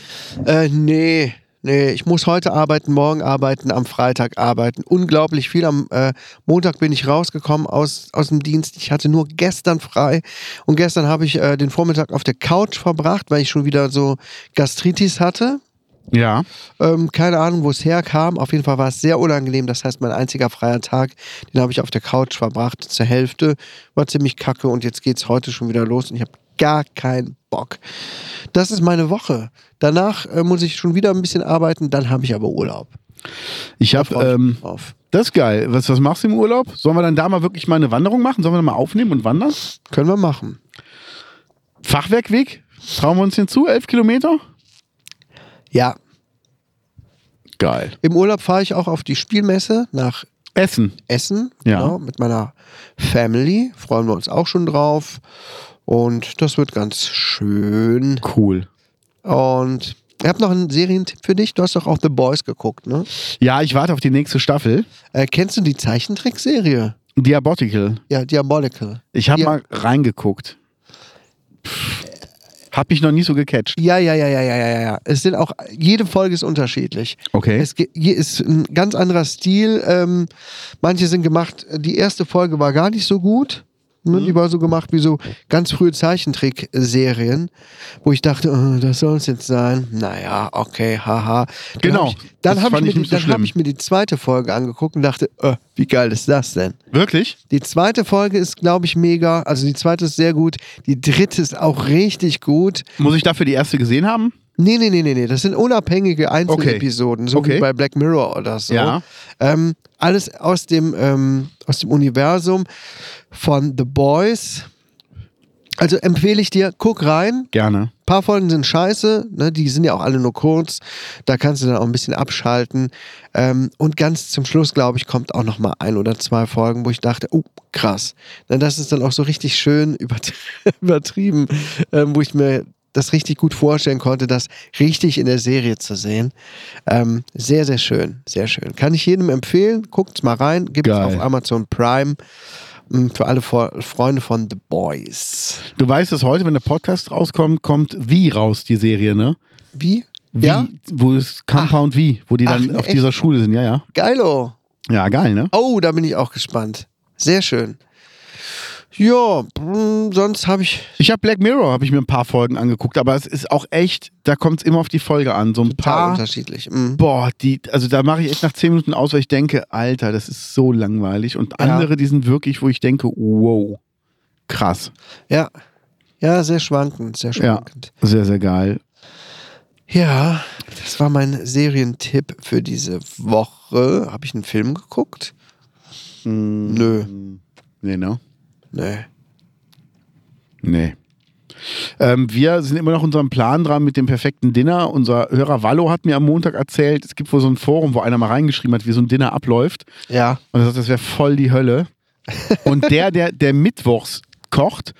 B: Äh, nee, nee, ich muss heute arbeiten, morgen arbeiten, am Freitag arbeiten. Unglaublich viel. Am äh, Montag bin ich rausgekommen aus, aus dem Dienst. Ich hatte nur gestern frei und gestern habe ich äh, den Vormittag auf der Couch verbracht, weil ich schon wieder so Gastritis hatte.
C: Ja.
B: Ähm, keine Ahnung, wo es herkam. Auf jeden Fall war es sehr unangenehm. Das heißt, mein einziger freier Tag, den habe ich auf der Couch verbracht zur Hälfte. War ziemlich kacke und jetzt geht's heute schon wieder los und ich habe gar keinen Bock. Das ist meine Woche. Danach äh, muss ich schon wieder ein bisschen arbeiten, dann habe ich aber Urlaub.
C: Ich habe,
B: Freue ich
C: ähm,
B: mich drauf.
C: das ist geil. Was, was machst du im Urlaub? Sollen wir dann da mal wirklich mal eine Wanderung machen? Sollen wir dann mal aufnehmen und wandern?
B: Können wir machen.
C: Fachwerkweg? Trauen wir uns den zu? Elf Kilometer?
B: Ja.
C: Geil.
B: Im Urlaub fahre ich auch auf die Spielmesse nach
C: Essen.
B: Essen
C: Ja.
B: genau, mit meiner Family. Freuen wir uns auch schon drauf. Und das wird ganz schön.
C: Cool.
B: Und ich habe noch einen Serientipp für dich. Du hast doch auch The Boys geguckt, ne?
C: Ja, ich warte auf die nächste Staffel.
B: Äh, kennst du die Zeichentrickserie?
C: Diabotical.
B: Ja, Diabolical.
C: Ich habe
B: Ja.
C: mal reingeguckt. Hab mich noch nie so gecatcht.
B: Ja, ja, ja, ja, ja, ja, ja, ja. Es sind auch, jede Folge ist unterschiedlich.
C: Okay.
B: Es ge- hier ist ein ganz anderer Stil. Ähm, manche sind gemacht, die erste Folge war gar nicht so gut.
C: Mhm.
B: Ne? Die war so gemacht wie so ganz frühe Zeichentrick-Serien, wo ich dachte, oh, das soll es jetzt sein. Naja, okay, haha. Dann
C: Genau.
B: hab ich- Dann
C: Das
B: habe
C: fand
B: ich, mir
C: ich
B: die-
C: nicht so
B: dann hab
C: schlimm.
B: ich mir die zweite Folge angeguckt und dachte, äh, wie geil ist das denn?
C: Wirklich?
B: Die zweite Folge ist, glaube ich, mega. Also die zweite ist sehr gut. Die dritte ist auch richtig gut.
C: Muss ich dafür die erste gesehen haben?
B: Nee, nee, nee, nee, nee. Das sind unabhängige Einzelepisoden, so wie
C: Okay.
B: bei Black Mirror oder so.
C: Ja.
B: Ähm, alles aus dem, ähm, aus dem Universum von The Boys. Also empfehle ich dir, guck rein.
C: Gerne.
B: paar Folgen sind scheiße, ne? die sind ja auch alle nur kurz. Da kannst du dann auch ein bisschen abschalten. Ähm, und ganz zum Schluss, glaube ich, kommt auch noch mal ein oder zwei Folgen, wo ich dachte, oh, krass. Na, das ist dann auch so richtig schön [LAUGHS] übert übertrieben, ähm, wo ich mir das richtig gut vorstellen konnte, das richtig in der Serie zu sehen. Ähm, sehr, sehr schön, sehr schön. Kann ich jedem empfehlen. Guckt's mal rein. Gibt's
C: Geil.
B: auf Amazon Prime. Mm, Für alle Fo- Freunde von The Boys.
C: Du weißt, dass heute, wenn der Podcast rauskommt, kommt Wie raus, die Serie, ne?
B: Wie?
C: Wie,
B: Ja?
C: Wo ist Compound Wie, wo die dann
B: Ach,
C: auf
B: echt?
C: dieser Schule sind, ja, ja.
B: Geilo.
C: Ja, geil, ne?
B: Oh, da bin ich auch gespannt. Sehr schön. Ja, mm, sonst habe ich.
C: Ich habe Black Mirror, habe ich mir ein paar Folgen angeguckt, aber es ist auch echt, da kommt es immer auf die Folge an. So ein
B: Total
C: paar.
B: unterschiedlich. Mm.
C: Boah, die, also da mache ich echt nach zehn Minuten aus, weil ich denke, Alter, das ist so langweilig. Und andere, die sind wirklich, wo ich denke, wow, krass.
B: Ja. Ja, sehr schwankend, sehr
C: Ja,
B: schwankend.
C: sehr, sehr geil.
B: Ja. das war mein Serientipp für diese Woche. Habe ich einen Film geguckt? Nö.
C: Nee, ne?
B: Nee.
C: Nee. Ähm, wir sind immer noch unserem Plan dran mit dem perfekten Dinner. Unser Hörer Wallo hat mir am Montag erzählt, es gibt wohl so ein Forum, wo einer mal reingeschrieben hat, wie so ein Dinner abläuft.
B: Ja.
C: Und er sagt, das wäre voll die Hölle. Und der, der, der mittwochs kocht,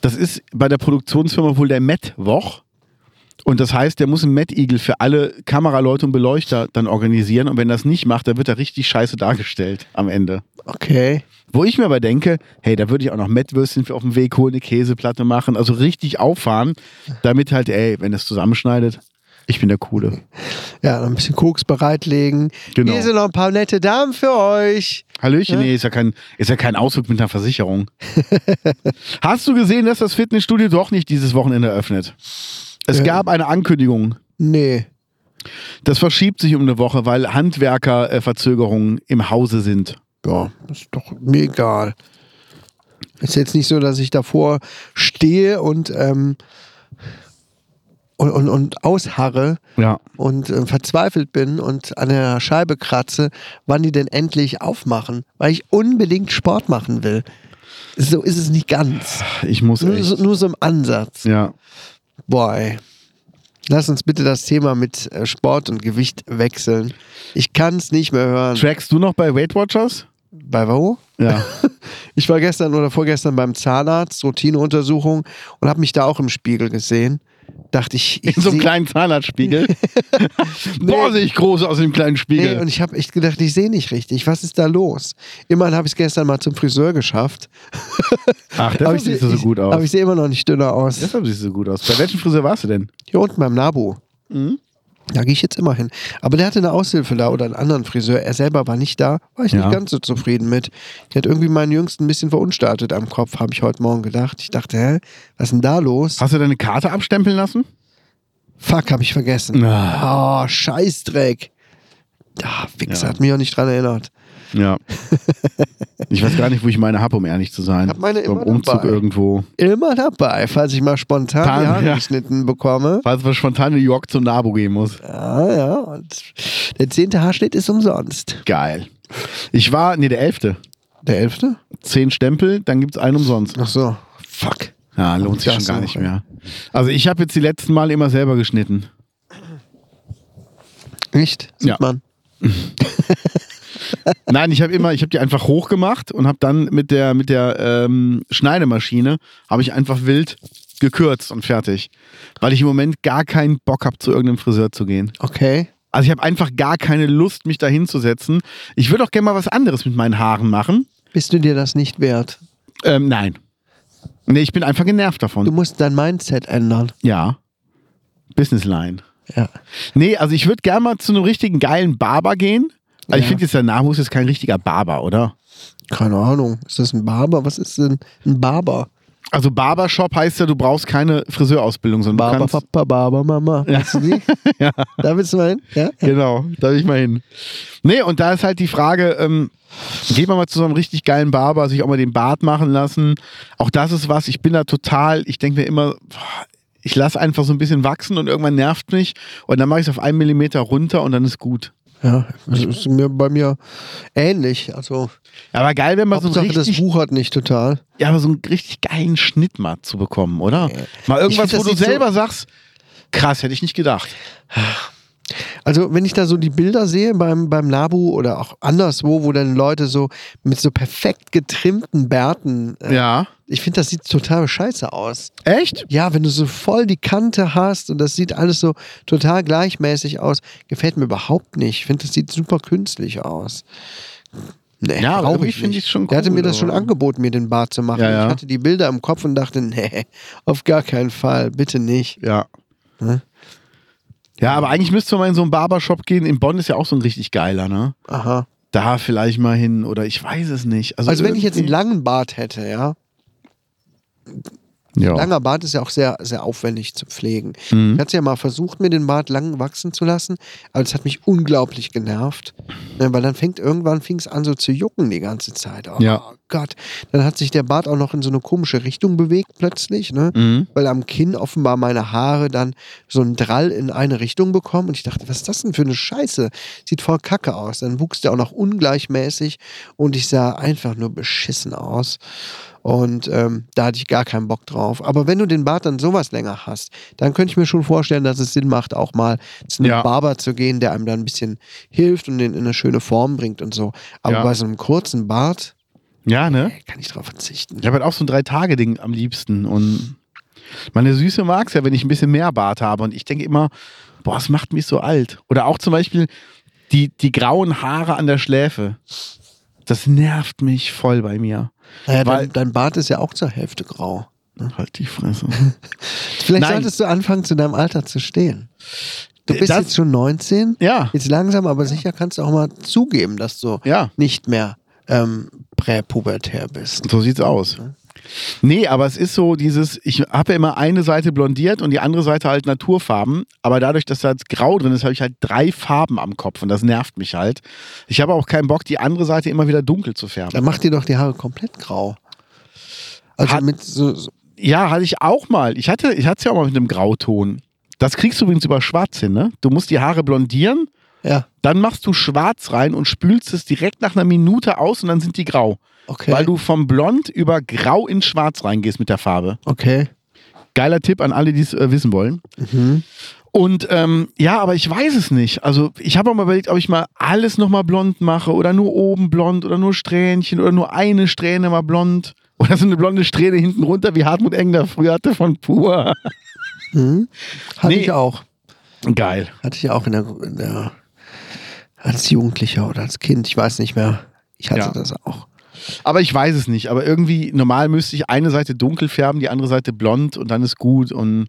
C: das ist bei der Produktionsfirma wohl der Mettwoch. Und das heißt, der muss einen Mettigel für alle Kameraleute und Beleuchter dann organisieren. Und wenn das nicht macht, dann wird er richtig scheiße dargestellt am Ende.
B: Okay.
C: Wo ich mir aber denke, hey, da würde ich auch noch Mettwürstchen für auf dem Weg holen, eine Käseplatte machen, also richtig auffahren, damit halt, ey, wenn das zusammenschneidet, ich bin der Coole.
B: Ja, noch ein bisschen Koks bereitlegen.
C: Genau.
B: Hier sind noch ein paar nette Damen für euch.
C: Hallöchen, nee, ist ja kein, ist ja kein Ausdruck mit
B: [LAUGHS]
C: einer Versicherung. Hast du gesehen, dass das Fitnessstudio doch nicht dieses Wochenende öffnet? Es
B: Ja.
C: gab eine Ankündigung.
B: Nee.
C: Das verschiebt sich um eine Woche, weil Handwerkerverzögerungen im Hause sind.
B: Ja, ist doch mir egal. Ist jetzt nicht so, dass ich davor stehe und, ähm, und, und, und ausharre
C: Ja.
B: und äh, verzweifelt bin und an der Scheibe kratze, wann die denn endlich aufmachen, weil ich unbedingt Sport machen will. So ist es nicht ganz.
C: Ich muss
B: Nur so,
C: echt.
B: nur so im Ansatz.
C: Ja.
B: Boah, ey. Lass uns bitte das Thema mit äh, Sport und Gewicht wechseln. Ich kann es nicht mehr hören.
C: Trackst du noch bei Weight Watchers?
B: Bei wo?
C: Ja.
B: [LAUGHS] Ich war gestern oder vorgestern beim Zahnarzt, Routineuntersuchung und habe mich da auch im Spiegel gesehen. Dachte ich, ich
C: In so einem
B: seh- [LAUGHS]
C: kleinen Zahnarztspiegel. Boah, sehe ich groß aus dem kleinen Spiegel.
B: nee, und ich habe echt gedacht, ich sehe nicht richtig. Was ist da los? Immerhin habe ich es gestern mal zum Friseur geschafft.
C: Ach,
B: Aber
C: deshalb
B: ich seh-
C: siehst du so
B: ich-
C: gut
B: Aber ich
C: aus.
B: sehe immer noch nicht dünner aus.
C: Deshalb siehst du so gut aus. Bei welchem Friseur warst du denn?
B: Hier unten beim Nabu.
C: Mhm.
B: Da gehe ich jetzt immer hin. Aber der hatte eine Aushilfe da oder einen anderen Friseur. Er selber war nicht da. War ich
C: Ja.
B: nicht ganz so zufrieden mit. Der hat irgendwie meinen Jüngsten ein bisschen verunstaltet am Kopf, habe ich heute Morgen gedacht. Ich dachte, hä, was ist denn da los?
C: Hast du deine Karte abstempeln lassen?
B: Fuck, habe ich vergessen. Oh, Scheißdreck. Ah, Wichser
C: Ja.
B: hat mich auch nicht dran erinnert.
C: Ja. ich weiß gar nicht, wo ich meine habe, um ehrlich zu sein.
B: Hab meine
C: Beim
B: immer
C: Umzug
B: dabei.
C: irgendwo.
B: Immer dabei, falls ich mal spontan
C: Tan,
B: die Haare
C: ja.
B: geschnitten bekomme.
C: Falls man spontan in New York zum Nabo gehen muss.
B: Ja, ja. Und der zehnte Haarschnitt ist umsonst.
C: Geil. Ich war, nee, der elfte.
B: Der elfte?
C: Zehn Stempel, dann gibt's einen umsonst.
B: Ach so. Fuck.
C: Ja, lohnt sich
B: Das
C: schon gar
B: auch,
C: nicht
B: ey.
C: mehr. Also ich habe jetzt die letzten Male immer selber geschnitten.
B: Echt? Sieht
C: Ja.
B: man.
C: Nein, ich habe immer, ich habe die einfach hochgemacht und habe dann mit der mit der ähm, Schneidemaschine habe ich einfach wild gekürzt und fertig, weil ich im Moment gar keinen Bock habe, zu irgendeinem Friseur zu gehen.
B: Okay.
C: Also ich habe einfach gar keine Lust, mich da hinzusetzen. Ich würde auch gerne mal was anderes mit meinen Haaren machen.
B: Bist du dir das nicht wert?
C: Ähm, nein. Nee, ich bin einfach genervt
B: Du
C: davon.
B: musst dein Mindset ändern.
C: Ja. Businessline.
B: Ja.
C: Nee, also ich würde gerne mal zu einem richtigen geilen Barber gehen. Also ich
B: Ja.
C: finde jetzt der Nahus ist kein richtiger Barber, oder?
B: Keine Ahnung. Ist das ein Barber? Was ist denn ein Barber?
C: Also Barbershop heißt ja, du brauchst keine Friseurausbildung, sondern
B: Barber,
C: du kannst,
B: Papa, Barber, Mama. Weißt du
C: [LAUGHS]
B: die? Da willst du mal hin? Ja?
C: Genau, da will ich mal hin. Nee, und da ist halt die Frage, ähm, geht man mal zu so einem richtig geilen Barber, sich auch mal den Bart machen lassen. Auch das ist was, ich bin da total, ich denke mir immer, boah, ich lasse einfach so ein bisschen wachsen und irgendwann nervt mich und dann mache ich es auf einen Millimeter runter und dann ist gut.
B: Ja, das ist mir, bei mir ähnlich. Also,
C: Aber geil, wenn man so
B: Hauptsache,
C: einen
B: das
C: richtig,
B: wuchert nicht total.
C: ja, aber so einen richtig geilen Schnitt mal zu bekommen, oder? Mal
B: Äh, Ich
C: irgendwas,
B: find,
C: wo
B: das
C: du
B: sieht so-
C: selber sagst, krass, hätte ich nicht gedacht.
B: Also, wenn ich da so die Bilder sehe beim, beim Nabu oder auch anderswo, wo dann Leute so mit so perfekt getrimmten Bärten, äh,
C: Ja.
B: ich finde, das sieht total scheiße aus.
C: Echt?
B: Ja, wenn du so voll die Kante hast und das sieht alles so total gleichmäßig aus, gefällt mir überhaupt nicht. Ich finde, das sieht super künstlich aus. Nee,
C: Ja, aber
B: brauch
C: irgendwie
B: ich
C: finde
B: nicht.
C: ich es schon
B: Der hatte
C: cool,
B: mir das schon
C: aber-
B: angeboten, mir den Bart zu machen.
C: Ja, ja.
B: Ich hatte die Bilder im Kopf und dachte, nee, auf gar keinen Fall, bitte nicht.
C: Ja.
B: Ne?
C: Ja, aber eigentlich müsste man in so einen Barbershop gehen. In Bonn ist ja auch so ein richtig geiler, ne?
B: Aha.
C: Da vielleicht mal hin oder ich weiß es nicht. Also,
B: Also wenn ich jetzt einen
C: irgendwie-
B: langen Bart hätte, ja.
C: ja. Mhm.
B: Langer Bart ist ja auch sehr, sehr aufwendig zu pflegen. Ich hatte ja mal versucht, mir den Bart lang wachsen zu lassen, aber das hat mich unglaublich genervt. Ne, Weil dann fängt irgendwann fing es an, so zu jucken die ganze Zeit. Oh
C: Ja.
B: Gott. Dann hat sich der Bart auch noch in so eine komische Richtung bewegt plötzlich, ne?
C: Mhm.
B: Weil am Kinn offenbar meine Haare dann so einen Drall in eine Richtung bekommen. Und ich dachte, was ist das denn für eine Scheiße? Sieht voll kacke aus. Dann wuchs der auch noch ungleichmäßig und ich sah einfach nur beschissen aus. Und ähm, da hatte ich gar keinen Bock drauf. Aber wenn du den Bart dann sowas länger hast, dann könnte ich mir schon vorstellen, dass es Sinn macht, auch mal zu einem
C: Ja.
B: Barber zu gehen, der einem dann ein bisschen hilft und den in eine schöne Form bringt und so. Aber
C: Ja.
B: bei so einem kurzen Bart
C: Ja, ne?
B: ey, kann ich drauf verzichten.
C: Ich habe halt auch so ein Drei-Tage-Ding am liebsten. Und meine Süße mag es ja, wenn ich ein bisschen mehr Bart habe. Und ich denke immer, boah, es macht mich so alt. Oder auch zum Beispiel die, die grauen Haare an der Schläfe. Das nervt mich voll bei mir.
B: Naja,
C: Weil-
B: Äh, dein, dein Bart ist ja auch zur Hälfte grau.
C: Halt die Fresse.
B: Vielleicht
C: Nein.
B: solltest du anfangen, zu deinem Alter zu stehen. Du bist
C: Das-
B: jetzt schon 19.
C: ja.
B: Jetzt langsam, aber sicher kannst du auch mal zugeben, dass du
C: Ja.
B: nicht mehr ähm, präpubertär bist.
C: So sieht's aus. Nee, aber es ist so dieses, ich habe ja immer eine Seite blondiert und die andere Seite halt Naturfarben, aber dadurch, dass da jetzt grau drin ist, habe ich halt drei Farben am Kopf und das nervt mich halt. Ich habe auch keinen Bock, die andere Seite immer wieder dunkel zu färben.
B: Dann mach dir doch die Haare komplett grau. Also
C: Hat-
B: mit so, so
C: Ja, hatte ich auch mal. Ich hatte ich hatte es ja auch mal mit einem Grauton. Das kriegst du übrigens über schwarz hin, ne? Du musst die Haare blondieren,
B: ja,
C: dann machst du schwarz rein und spülst es direkt nach einer Minute aus und dann sind die grau.
B: okay.
C: Weil du vom blond über grau in schwarz reingehst mit der Farbe.
B: okay.
C: Geiler Tipp an alle, die es äh, wissen wollen.
B: Mhm.
C: Und ähm, ja, aber ich weiß es nicht. Also ich habe auch mal überlegt, ob ich mal alles nochmal blond mache oder nur oben blond oder nur Strähnchen oder nur eine Strähne mal blond. Oder so eine blonde Strähne hinten runter, wie Hartmut Engler früher hatte von Pur.
B: Mhm. Hatte
C: Nee.
B: ich auch.
C: Geil.
B: Hatte ich auch in der, in der als Jugendlicher oder als Kind, ich weiß nicht mehr. Ich hatte
C: Ja.
B: das auch.
C: Aber ich weiß es nicht. Aber irgendwie, normal müsste ich eine Seite dunkel färben, die andere Seite blond und dann ist gut. Und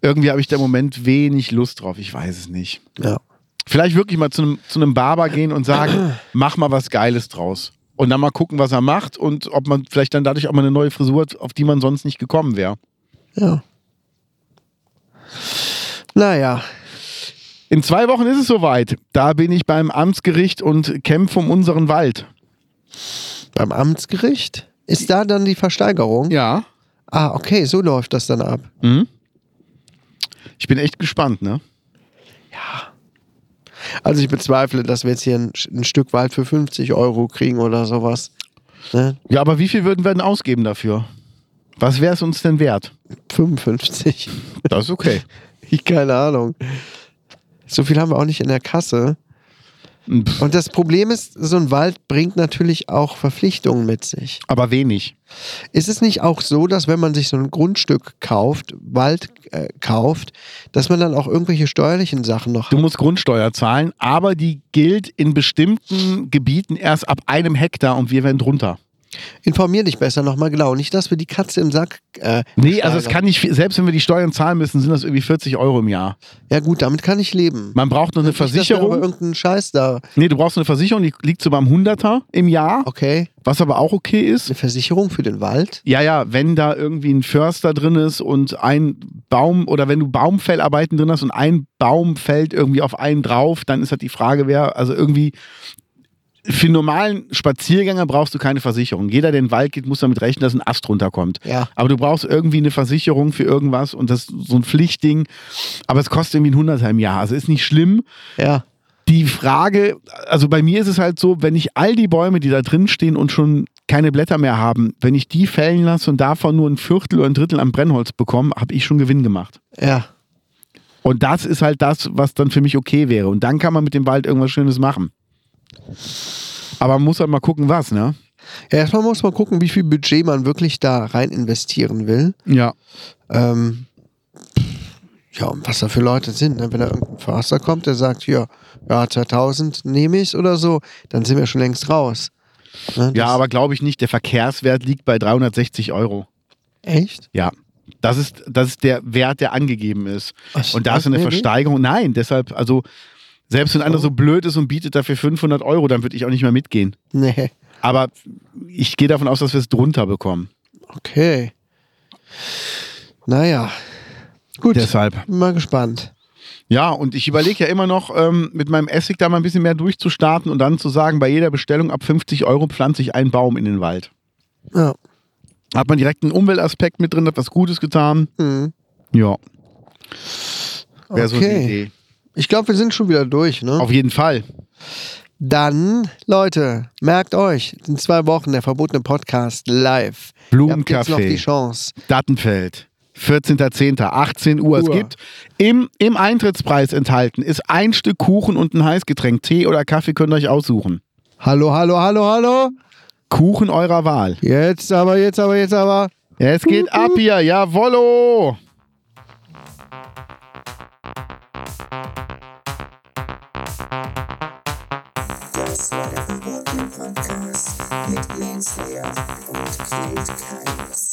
C: irgendwie habe ich da im Moment wenig Lust drauf. Ich weiß es nicht.
B: Ja.
C: Vielleicht wirklich mal zu einem, zu einem Barber gehen und sagen, mach mal was Geiles draus. Und dann mal gucken, was er macht und ob man vielleicht dann dadurch auch mal eine neue Frisur hat, auf die man sonst nicht gekommen wäre.
B: Ja. Naja,
C: In zwei Wochen ist es soweit. Da bin ich beim Amtsgericht und kämpfe um unseren Wald.
B: beim Amtsgericht ist da dann die Versteigerung.
C: Ja.
B: Ah, okay, so läuft das dann ab.
C: Mhm. Ich bin echt gespannt, ne?
B: Also ich bezweifle, dass wir jetzt hier ein, ein Stück Wald für 50 Euro kriegen oder sowas. Ne?
C: Ja, aber wie viel würden wir denn ausgeben dafür? Was wäre es uns denn wert?
B: 55.
C: Das ist okay.
B: [LAUGHS] Ich keine Ahnung. So viel haben wir auch nicht in der Kasse.
C: Pff,
B: Und das Problem ist, so ein Wald bringt natürlich auch Verpflichtungen mit sich.
C: aber wenig.
B: Ist es nicht auch so, dass wenn man sich so ein Grundstück kauft, Wald äh, kauft, dass man dann auch irgendwelche steuerlichen Sachen noch
C: Du musst Grundsteuer zahlen, aber die gilt in bestimmten Gebieten erst ab einem Hektar und wir werden drunter.
B: Informier dich besser nochmal genau. Nicht, dass wir die Katze im Sack. Äh,
C: Nee, also es
B: steigern.
C: kann nicht, viel- selbst wenn wir die Steuern zahlen müssen, sind das irgendwie 40 Euro im Jahr.
B: Ja, gut, damit kann ich leben.
C: Man braucht noch eine
B: Nicht, dass wir aber
C: Versicherung.
B: irgendeinen Scheiß da.
C: Nee, du brauchst eine Versicherung, die liegt so beim 100er im Jahr,
B: Okay,
C: was aber auch okay ist.
B: eine Versicherung für den Wald.
C: Ja, ja, wenn da irgendwie ein Förster drin ist und ein Baum oder wenn du Baumfellarbeiten drin hast und ein Baum fällt irgendwie auf einen drauf, dann ist halt die Frage, wer, also irgendwie für einen normalen Spaziergänger brauchst du keine Versicherung. Jeder, der in den Wald geht, muss damit rechnen, dass ein Ast runterkommt.
B: Ja.
C: Aber du brauchst irgendwie eine Versicherung für irgendwas und das ist so ein Pflichtding. Aber es kostet irgendwie ein Hunderter im Jahr. Also ist nicht schlimm.
B: Ja.
C: die Frage, also bei mir ist es halt so, wenn ich all die Bäume, die da drin stehen und schon keine Blätter mehr haben, wenn ich die fällen lasse und davon nur ein Viertel oder ein Drittel am Brennholz bekomme, habe ich schon Gewinn gemacht.
B: Ja.
C: Und das ist halt das, was dann für mich okay wäre. Und dann kann man mit dem Wald irgendwas Schönes machen. Aber man muss halt mal gucken, was, ne?
B: ja erstmal muss man gucken, wie viel Budget man wirklich da rein investieren will.
C: Ja.
B: Ähm, ja, und was da für Leute sind. Ne? Wenn da irgendein Förster kommt, der sagt, ja, ja 2000 nehme ich oder so, dann sind wir schon längst raus. Ne?
C: Ja,
B: Das-
C: aber glaube ich nicht. Der Verkehrswert liegt bei 360 Euro.
B: Echt?
C: Ja. Das ist, das ist der Wert, der angegeben ist.
B: Ach,
C: Und da ist eine
B: nee, nee.
C: Versteigerung. Nein, deshalb, also, selbst wenn
B: Oh.
C: einer so blöd ist und bietet dafür 500 Euro, dann würde ich auch nicht mehr mitgehen.
B: Nee.
C: Aber ich gehe davon aus, dass wir es drunter bekommen.
B: Okay. Naja. Gut,
C: Deshalb.
B: bin mal gespannt.
C: Ja, und ich überlege ja immer noch, ähm, mit meinem Essig da mal ein bisschen mehr durchzustarten und dann zu sagen, bei jeder Bestellung ab 50 Euro pflanze ich einen Baum in den Wald.
B: Ja.
C: Hat man direkt einen Umweltaspekt mit drin, hat was Gutes getan.
B: Mhm.
C: Ja,
B: Okay.
C: wäre so die Idee.
B: Ich glaube, wir sind schon wieder durch, ne?
C: Auf jeden Fall.
B: Dann, Leute, merkt euch, in zwei Wochen der verbotene Podcast live. Ihr habt jetzt noch die
C: Blumencafé,
B: Chance.
C: Dattenfeld, 14.10., 18 Uhr. Es
B: Uhr.
C: gibt im, im Eintrittspreis enthalten ist ein Stück Kuchen und ein Heißgetränk. Tee oder Kaffee könnt ihr euch aussuchen.
B: Hallo, hallo, hallo, hallo.
C: Kuchen eurer Wahl.
B: Jetzt aber, jetzt aber, jetzt aber.
C: Es geht ab hier, jawollo!
D: Das war der Verbotene Podcast mit Lance Leer und Kate Keines.